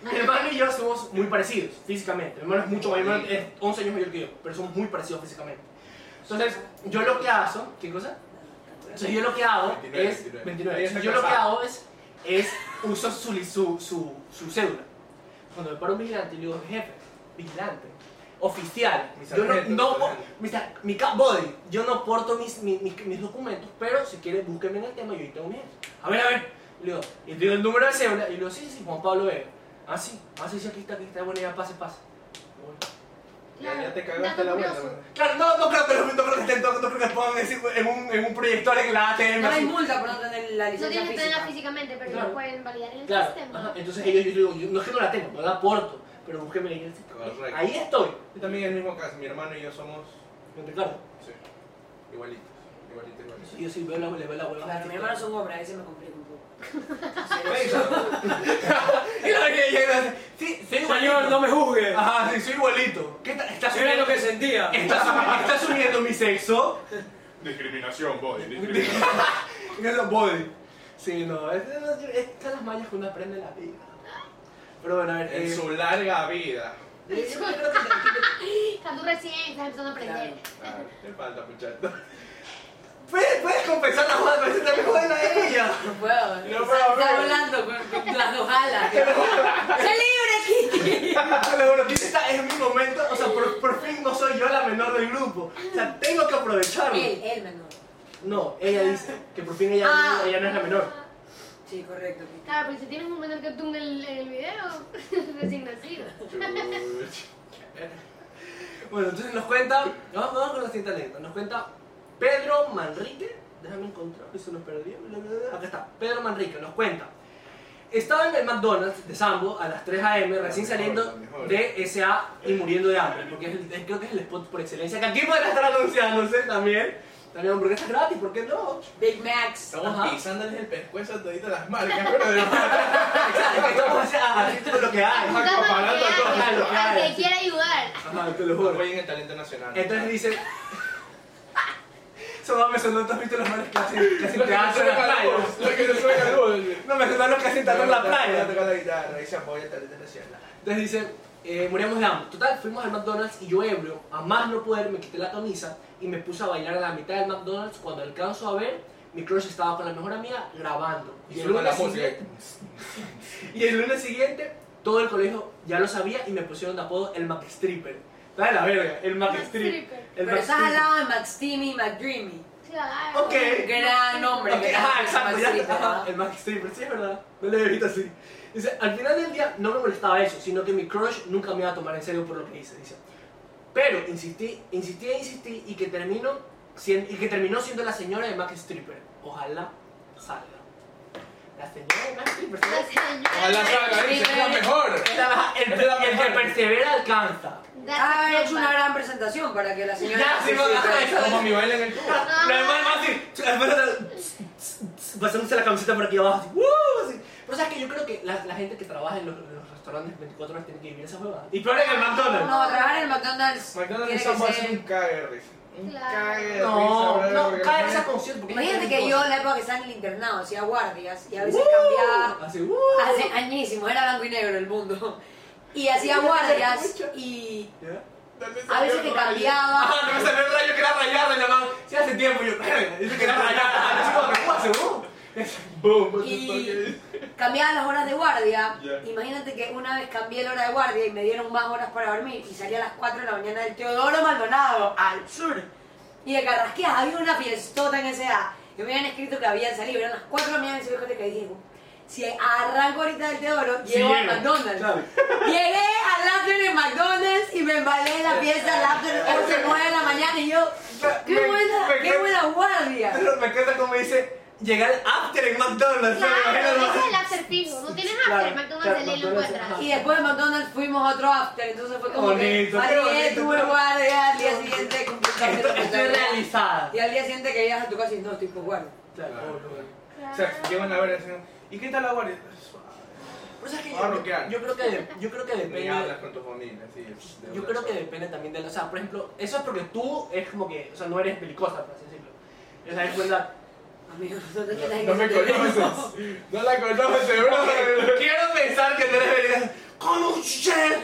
B: mi hermano y yo somos muy parecidos físicamente. Mi hermano es mucho mayor, mi hermano es 11 años mayor que yo, pero somos muy parecidos físicamente. Entonces, yo lo que hago, ¿qué cosa? Entonces yo lo que hago
D: 29,
B: es
D: 29.
B: 29.
D: Ella está
B: yo lo que
D: casada.
B: hago es es uso su, li- su, su, su cédula. Cuando me paro un vigilante le digo, "Jefe, vigilante, oficial,
D: Mi
B: yo no,
D: sargento,
B: no
D: sargento.
B: po- mi, sa- mi cap body, yo no porto mis, mi- mis, mis documentos, pero si quieres búsquenme en el tema, yo ahí tengo mi gente. A ver, a ver." Le digo, y le digo el número de cédula y le digo, "Sí, sí, sí, Juan Pablo Vega." Ah, sí, ah, sí, sí, aquí está, aquí está, bueno, ya pase, pase. Bueno.
D: Ya, ya te cagaste la vuelta. mami.
B: Claro, no, no creo que los no creo que estén, no, no creo que pongan en, en un, en un proyector en la ATM.
C: No
B: así.
C: hay multa por no tener la
A: Eso
C: licencia
A: tiene que tenerla
C: física.
A: físicamente, pero
B: Claro.
A: no pueden validar
C: Este
A: en el
B: Claro, ajá,
A: sistema.
B: entonces ellos, yo digo, yo- no es que no la tengo, no la aporto, pero búsqueme en el sitio.
D: Correcto.
B: Ahí estoy,
D: Yo también en el mismo caso, mi hermano y yo somos
B: con Ricardo.
D: sí, igualitos. Igualitos, igualitos.
B: Y yo sí veo la le veo la hueva.
C: Claro, mi hermano es un obra, ese me complica un poco.
B: Y la que llega dice, sí, soy igualito.
E: Señor, no me juzgue.
B: Ajá, sí, soy igualito. ¿Qué tal? ¿Estás
E: Yo era
B: subiendo,
E: lo que sentía.
B: ¿Estás subiendo, estás subiendo mi sexo?
D: Discriminación, boy.
B: Y eso, body. Sí, no, es, es- es- son las mallas que uno aprende en la vida. Pero bueno, a ver. eh,
D: En su larga vida.
B: eh, yo creo que- que-
A: Cuando tú recién estás empezando a aprender.
D: Ah, Te falta, muchacho.
B: Puedes puedes compensar la joda, pero se te mejor la de ella.
C: No puedo.
D: No
C: está-
D: puedo,
C: Está
D: no.
C: volando con con las dos alas. ¡Se libre, Kitty!
B: Te lo juro que esta es mi momento, o sea, por, por fin no soy yo la menor del grupo. O sea, tengo que aprovecharlo.
C: Él, él menor.
B: No, ella dice que por fin ella,
C: Ah.
B: ella no es la menor.
C: Sí, correcto. Kitty.
A: Claro, pero si tienes un menor que tú en el, en el video, recién nacido.
D: Chuch.
B: Bueno, entonces nos cuenta, vamos, vamos con la siguiente anécdota. Nos cuenta Pedro Manrique, déjame encontrar, eso nos perdió. bla, bla, bla. Acá está, Pedro Manrique nos cuenta. Estaba en el McDonald's de Sambo a las 3 a.m. recién
D: Mejor,
B: saliendo
D: mejor.
B: de SA y muriendo de hambre, porque es el- es- creo que es el spot por excelencia que aquí podrá estar anunciándose también. También hamburguesas gratis, ¿por qué no?
C: Big Max.
D: Estamos
B: Ajá.
D: pisándoles el pescuezo a todita las marcas, pero de verdad.
B: Exacto, estamos así, ah, así todo lo que hay.
D: Ajá, comparando a todos.
A: Al que- al que quiere ayudar.
B: Ajá, te lo juro.
D: Apoyen el talento nacional.
B: Entonces dice. Solo me sonó, ¿tú has visto los manes que hacen que hacen
D: Lo que
B: teatro en la
D: suena
B: playa?
D: luz, Lo que suena luz.
B: No, me sonó los que hacen teatro en la playa.
D: Toca la guitarra y se apoya tal vez en la sierra.
B: Entonces dice, eh, moríamos de hambre. Total, fuimos al McDonald's y yo ebrio, a más no poder, me quité la camisa y me puse a bailar a la mitad del McDonald's. Cuando alcanzo a ver, mi crush estaba con la mejor amiga grabando.
D: Y suena la música.
B: siguiente- y el lunes siguiente, todo el colegio ya lo sabía y me pusieron de apodo el McStripper. Está de la verga, el McStripper.
A: Stripper.
B: El
C: Pero estás al
B: McStripper.
C: lado de Max Timmy y Max Dreamy.
A: Claro.
B: Ok.
C: Gran nombre.
B: Ok, ajá, exacto, ya,
C: Maxito,
B: ajá,
C: ¿no?
B: el Max Stripper, sí, es verdad. No le he visto así. Dice, al final del día no me molestaba eso, sino que mi crush nunca me iba a tomar en serio por lo que hice, dice. Pero insistí, insistí e insistí y que, termino, sien- y que terminó siendo la señora de Max Stripper. Ojalá salga. La señora de Max Stripper.
A: La
B: ¿sabes?
A: señora-
D: Ojalá salga, dice, es la mejor.
B: Es la- el, el que persevera alcanza.
A: That's
C: Ha
A: a
C: Ah, hecho una gran presentación para que la señora.
B: Ya, sí,
C: Sí,
B: va, ajá,
C: sí,
B: eso.
D: Como mi baile en el tubo.
B: La hermana va así, tss, tss, tss, pasándose la camiseta por aquí abajo, así, ¡woo! así. Pero sabes que yo creo que la, la gente que trabaja en los, en los restaurantes 24 horas tiene que vivir esa huevada. Y peor en el McDonald's.
C: No, trabajar en el McDonald's.
D: McDonald's
C: tiene
D: es
C: que
D: ambos
C: ser-
D: un cague de risa. Un
A: Claro.
D: cague de risa.
B: No,
D: brother,
B: no,
D: porque
B: cae en
D: los
B: esa
D: manes-
B: condición. porque es
C: Imagínate que yo en la época que estaba en el internado hacía guardias y a veces
B: ¡Woo!
C: cambiaba
B: Así, ¡woo!
C: hace añísimo, era blanco y negro el mundo. Y hacía guardias y
B: ¿Ya?
D: Tal vez
C: a veces te
D: salió rayo.
C: cambiaba.
B: Ajá, que Ah, me salió el rayo que era rayar, le llamaban. Sí, hace tiempo yo, "Verga", dice que era rayar. Ah, Así como, "¿Cómo hace, ¡woo!".
D: Boom,
B: Pues
D: what the fuck
C: Y
D: is-
C: cambiaba las horas de guardia.
D: Ya.
C: Imagínate que una vez cambié la hora de guardia y me dieron más horas para dormir. Y salía a las 4 de la mañana del Teodoro Maldonado, al sur. Y de Carrasquillas había una fiestota en esa edad. Y me habían escrito que habían salido. Eran las 4 de la mañana en ese discoteca y dije, si arranco ahorita del Teodoro,
B: Sí,
C: llego a
B: llego.
C: McDonald's.
B: Claro.
C: Llegué al after de McDonald's y me embalé en la fiesta al after 11, 9 de la mañana. Y yo, qué
B: Me-
C: buena,
B: me
C: qué
B: quedo-
C: buena guardia.
B: Me encanta como dice, llegar al after en McDonald's. ¿no? Me
A: Claro,
B: imagino, ¿no?
A: ese es el acertijo. No tienes
B: Claro,
A: after, McDonald's
B: claro,
A: de ley lo
B: McDonald's,
A: encuentras.
B: ajá.
C: Y después de McDonald's fuimos a otro after, entonces fue como que
B: Bonito,
C: al
B: qué
C: día
B: bonito.
C: tuve guardia, al día siguiente cumplí
B: Esto- Estoy
C: realizado.
B: realizada.
C: Y al día siguiente que llegas a tu casa y no, estoy por guardia.
B: Claro.
D: O sea, llevan a ver así, ¿Y qué tal la guardia? Suave.
B: Pero sabes que
D: Ah,
B: yo,
D: bloquear.
B: yo creo que de- yo creo que
D: Ni hablas
B: depende
D: con tu familia, así, de
B: yo
D: una
B: creo que
D: sola.
B: depende también de la, o sea, por ejemplo, eso es porque tú es como que, o sea, no eres belicosa, por así decirlo. O sea, es verdad.
C: Amigo, ¿dónde te
D: No me conoces. No la conoces, bro.
B: Quiero pensar que no eres belicosa. ¿Cómo chef?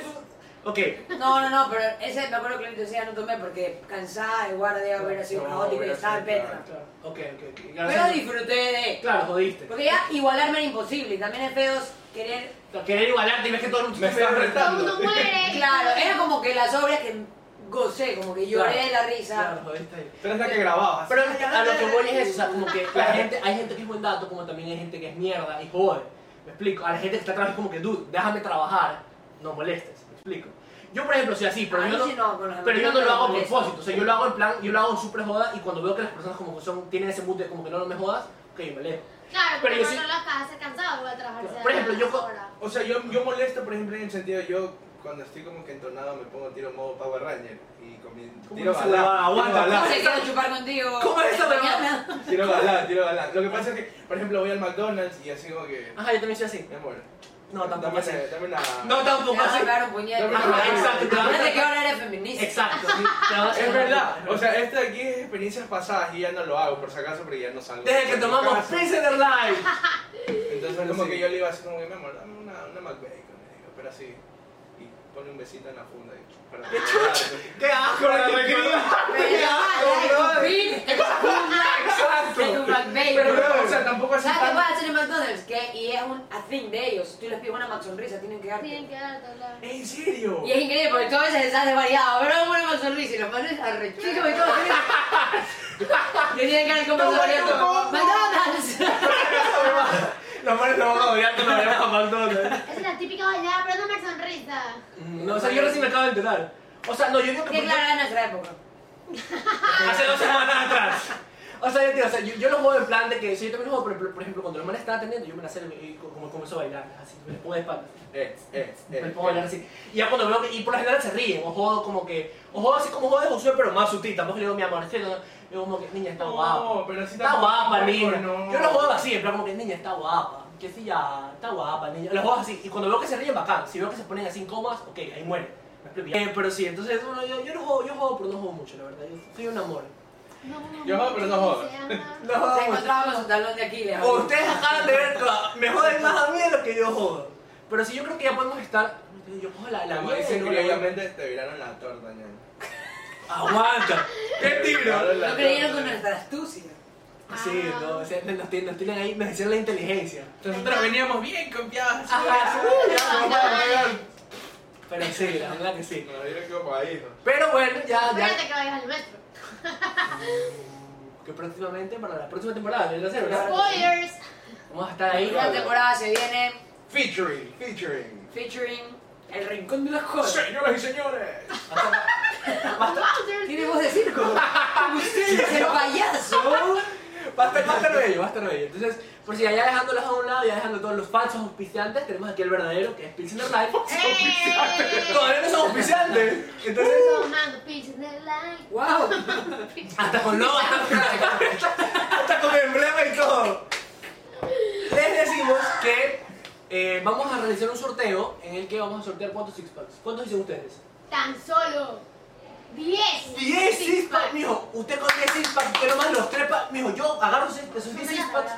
B: Ok.
C: No, no, no, pero ese me acuerdo que lo decía no tomé porque cansada de guardia hubiera sido
D: No,
C: caótico y
D: hubiera
C: estaba en
D: sido
C: Petra.
B: Claro, ok, ok, ok.
C: Pero disfruté de.
B: Claro, jodiste.
C: Porque ya igualarme era imposible y también es feo querer.
B: Querer igualarte y ves que todo el mundo
D: Me
B: está
D: estoy
A: Todo el
B: retando.
D: retando.
A: mundo muere.
C: Claro, era como que las obras que gocé, como que lloré de la risa.
B: Claro, jodiste ahí.
D: Pero es la que grababas. Ah,
B: Pero a lo que voy es eso, o sea, como que la gente, hay gente que es buen dato, como también hay gente que es mierda y jode. Me explico. A la gente que está trabajando es como que, dude, déjame trabajar, no molestes. Me explico. Yo, por ejemplo, soy así, pero
C: A
B: yo
C: mí
B: no,
C: sí no, con las
B: pero yo
C: amigas
B: no
C: no
B: lo
C: me
B: hago a
C: molesta.
B: propósito. O sea, yo lo hago en plan, yo lo hago en súper joda y cuando veo que las personas como que son, tienen ese mood de como que no, no me jodas, ok, me alejo.
A: Claro,
B: Pero
A: pero
B: yo
A: no
B: sí-
A: lo acabas de cansado, voy a trabajar.
B: Por ejemplo, yo co-
A: ahora.
D: O sea, yo, yo molesto, por ejemplo, en el sentido, yo cuando estoy como que entonado me pongo tiro modo Power Ranger y con mi
B: ¿Cómo
D: tiro
B: que se
D: balá,
B: la- aguanta,
D: tiro balá,
C: No sé, quiero chupar contigo.
B: ¿Cómo es esa
C: Mañana.
D: tiro balá, tiro balá. Lo que pasa es que, por ejemplo, voy al McDonald's y así como que,
B: Ajá, yo también soy así.
D: mi amor,
B: Ah. No, tampoco
D: dame,
B: así.
D: dame una...
B: No,
C: Te
B: tampoco
C: vas a
B: así.
C: pegar un puñete.
D: Ajá,
B: exacto, te vas a-
C: Imagínate que ahora eres feminista.
B: Exacto. sí, te vas a-
D: Es verdad, o sea, esto de aquí es experiencias pasadas y ya no lo hago, por si acaso, porque ya no salgo.
B: Desde que
D: de mi
B: tomamos
D: casa.
B: Prisoner Life.
D: Entonces como
B: Sí.
D: que yo le iba así como que, mi amor, dame una, una McBacon, le digo, pero así, y pone un besito en la funda y para... ¡Qué
B: ¡Qué asco! la recogida! ¡Qué asco,
C: Ay,
B: brother!
C: fin, es una funda
B: Exacto.
C: de tu Blackberry.
D: Pero no, o sea, tampoco así
C: ¿Sabes qué
D: tan...
C: puedes hacer en McDonald's? Que, y es un a thing de ellos. Tú les pides una Mac sonrisa, tienen que darte.
A: Tienen que darte hablar.
B: ¿En serio?
C: Y es increíble porque tú a veces estás desvariado. Pero una Mac sonrisa y los manes arrechísimos y todo. Yo tienen que ir con
B: No,
C: paso
B: no, no.
C: abierto. ¡McDonald's!
B: Los manes no van a odiar que nos vayamos a ¿eh? McDonald's.
A: Esa es la típica bailada, pero no me sonrisa.
B: No, o sea, yo recién me acabo de enterar. O sea, no, yo digo que
C: Qué
B: porque-
C: clara en nuestra época.
B: hace dos semanas atrás. O sea, yo, tío, o sea, yo, yo lo juego en plan de que, si yo también juego, por, por- por ejemplo, cuando los manes están atendiendo, yo me la acerco y co- como comienzo a bailar, así, me pongo de espaldas.
D: Eh, eh,
B: Me
D: eh,
B: pongo a bailar así. Y ya cuando veo que, y por lo general se ríen, o jodo como que, o jodo así como jodo de Josué, pero más sutil. Tampoco le digo, mi amor, es que no, yo como que, niña, está
D: No,
B: guapa.
D: pero sí
B: Está
D: tampoco-
B: guapa,
D: no,
B: niña.
D: no.
B: Yo lo juego así, en plan como que niña, está guapa. Que sí, ya, está guapa, niña. Lo juego así. Y cuando veo que se ríen, bacán. Si veo que se ponen así en comas, ok, ahí muere. Me explico. Eh, pero sí, entonces bueno, yo, yo no juego, yo juego, pero no juego mucho, la verdad. Yo soy un amor.
A: No, no,
D: Yo,
A: no,
D: pero no jodas.
A: se llama-
B: No,
C: Se encontraba con su talón de Aquiles.
B: O Ustedes acaban de ver, co- me joden más a mí de lo que yo jodo. Pero sí, yo creo que ya podemos estar. Yo cojo la, la
D: Como
B: mierda y
D: dicen
B: luego la voy a-
D: criollamente, te viraron la torta, ñaño.
B: Aguanta. ¿Qué tiro?
C: No creyeron con nuestra astucia.
B: Sí, no, o sea, nos, tienen- nos tienen ahí, nos hicieron la inteligencia.
D: Nosotros veníamos bien confiados.
B: Ajá, sí, ya,
A: no,
B: ya. Pero sí, la verdad que sí.
D: Nos vieron como ahí, ¿no?
B: Pero bueno, ya, ya.
A: Espérate que vayas al metro.
B: Que próximamente, para la próxima temporada, del acero, ¿verdad?
A: Spoilers.
B: Vamos a estar ahí.
C: La temporada se viene
D: Featuring, featuring.
C: featuring El Rincón de las Cosas.
D: Oh, Señoras y señores.
B: Va a estar-
A: Wowzers.
C: Tiene voz de circo. Como ustedes, el payaso.
B: Va a, estar, va a estar bello, va a estar bello. Entonces, por si allá dejándolas a un lado, ya dejando todos los falsos auspiciantes, tenemos aquí el verdadero que es Pilsener Life.
A: ¡Eh!
B: Todavía no son auspiciantes. Entonces,
A: Tomando Pilsener Light.
C: Wow.
B: hasta con logo, hasta, hasta con emblema y todo. Les decimos que eh, vamos a realizar un sorteo en el que vamos a sortear cuántos six packs. ¿Cuántos dicen ustedes?
A: Tan solo 10.
B: 10 six packs,
A: packs.
B: mijo. Usted con 10 six packs, pero más los 3 packs, mijo. Yo agarro seis- esos 10 six packs.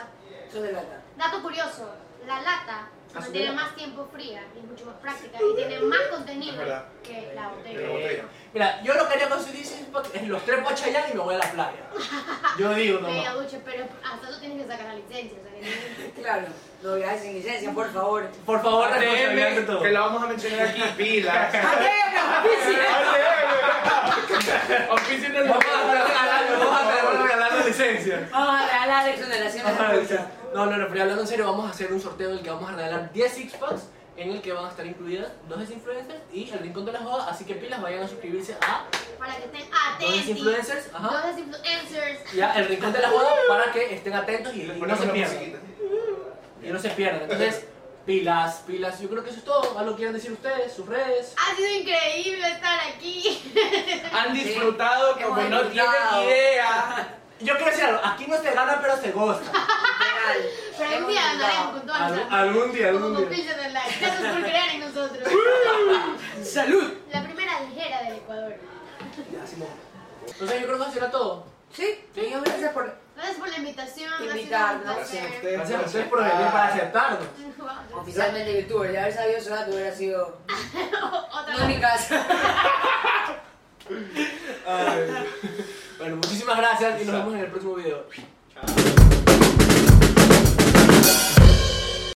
C: Eso de lata.
A: Dato curioso, la lata
B: Ah,
A: mantiene
B: sí.
A: más tiempo fría, es mucho más práctica y tiene más contenido
D: Es verdad.
A: que la
D: Pero
A: botella.
D: botella.
B: Mira, yo lo que haría con su dice es los tres voy a Chayán y me voy a la playa. Yo digo
A: Media
B: nomás.
A: ducha, pero hasta tú tienes que sacar la licencia. O sea, que tienes-
C: Claro. No gracias sin licencia, por favor.
B: Por favor, responsabilidad de
D: ATM,
B: todo.
D: que la vamos a mencionar aquí, pilas.
C: Ah,
D: Oficina de
B: Vamos a regalar- vamos a regalar- regalar la licencia.
C: Vamos a regalar exoneración a la escucha.
B: No, no, no, pero hablando en serio, vamos a hacer un sorteo en el que vamos a regalar 10 six packs en el que van a estar incluidas dos desinfluencers y el rincón de la joda, así que pilas vayan a suscribirse a
A: Para que estén
B: dos
A: atentos.
B: desinfluencers,
A: Dos
B: ajá,
A: desinfluencers.
B: y a el rincón de la joda para que estén atentos y, y no se pierdan. Y no se pierdan. Entonces, pilas, pilas, yo creo que eso es todo. ¿Algo quieren decir ustedes? ¿Sus redes?
A: Ha sido increíble estar aquí.
D: Han disfrutado
C: Sí,
D: como
C: hemos
D: no
C: disfrutado.
D: tienen idea.
B: Yo quiero decir algo, aquí no se gana pero se goza.
C: Real.
A: Pero un
C: Hemos
A: día ¿eh?
C: mandado.
A: andaremos con todas las
B: día,
A: como con Pilsener Light. Gracias por creer en nosotros.
C: ¡Salud!
A: La primera ligera del Ecuador.
B: Ya, Simón. Entonces yo creo que eso será todo.
C: Sí, muchas gracias por
A: Gracias por la invitación. ha sido un
C: Invitarnos.
A: placer.
D: Gracias a ustedes.
B: Gracias a ustedes por venir para aceptarnos.
A: Wow.
C: oficialmente youtuber. Ya haber sabido eso, hubiera sido.
A: Otra
C: No en mi casa.
B: Bueno, muchísimas gracias y nos vemos en el próximo video.
D: Chao.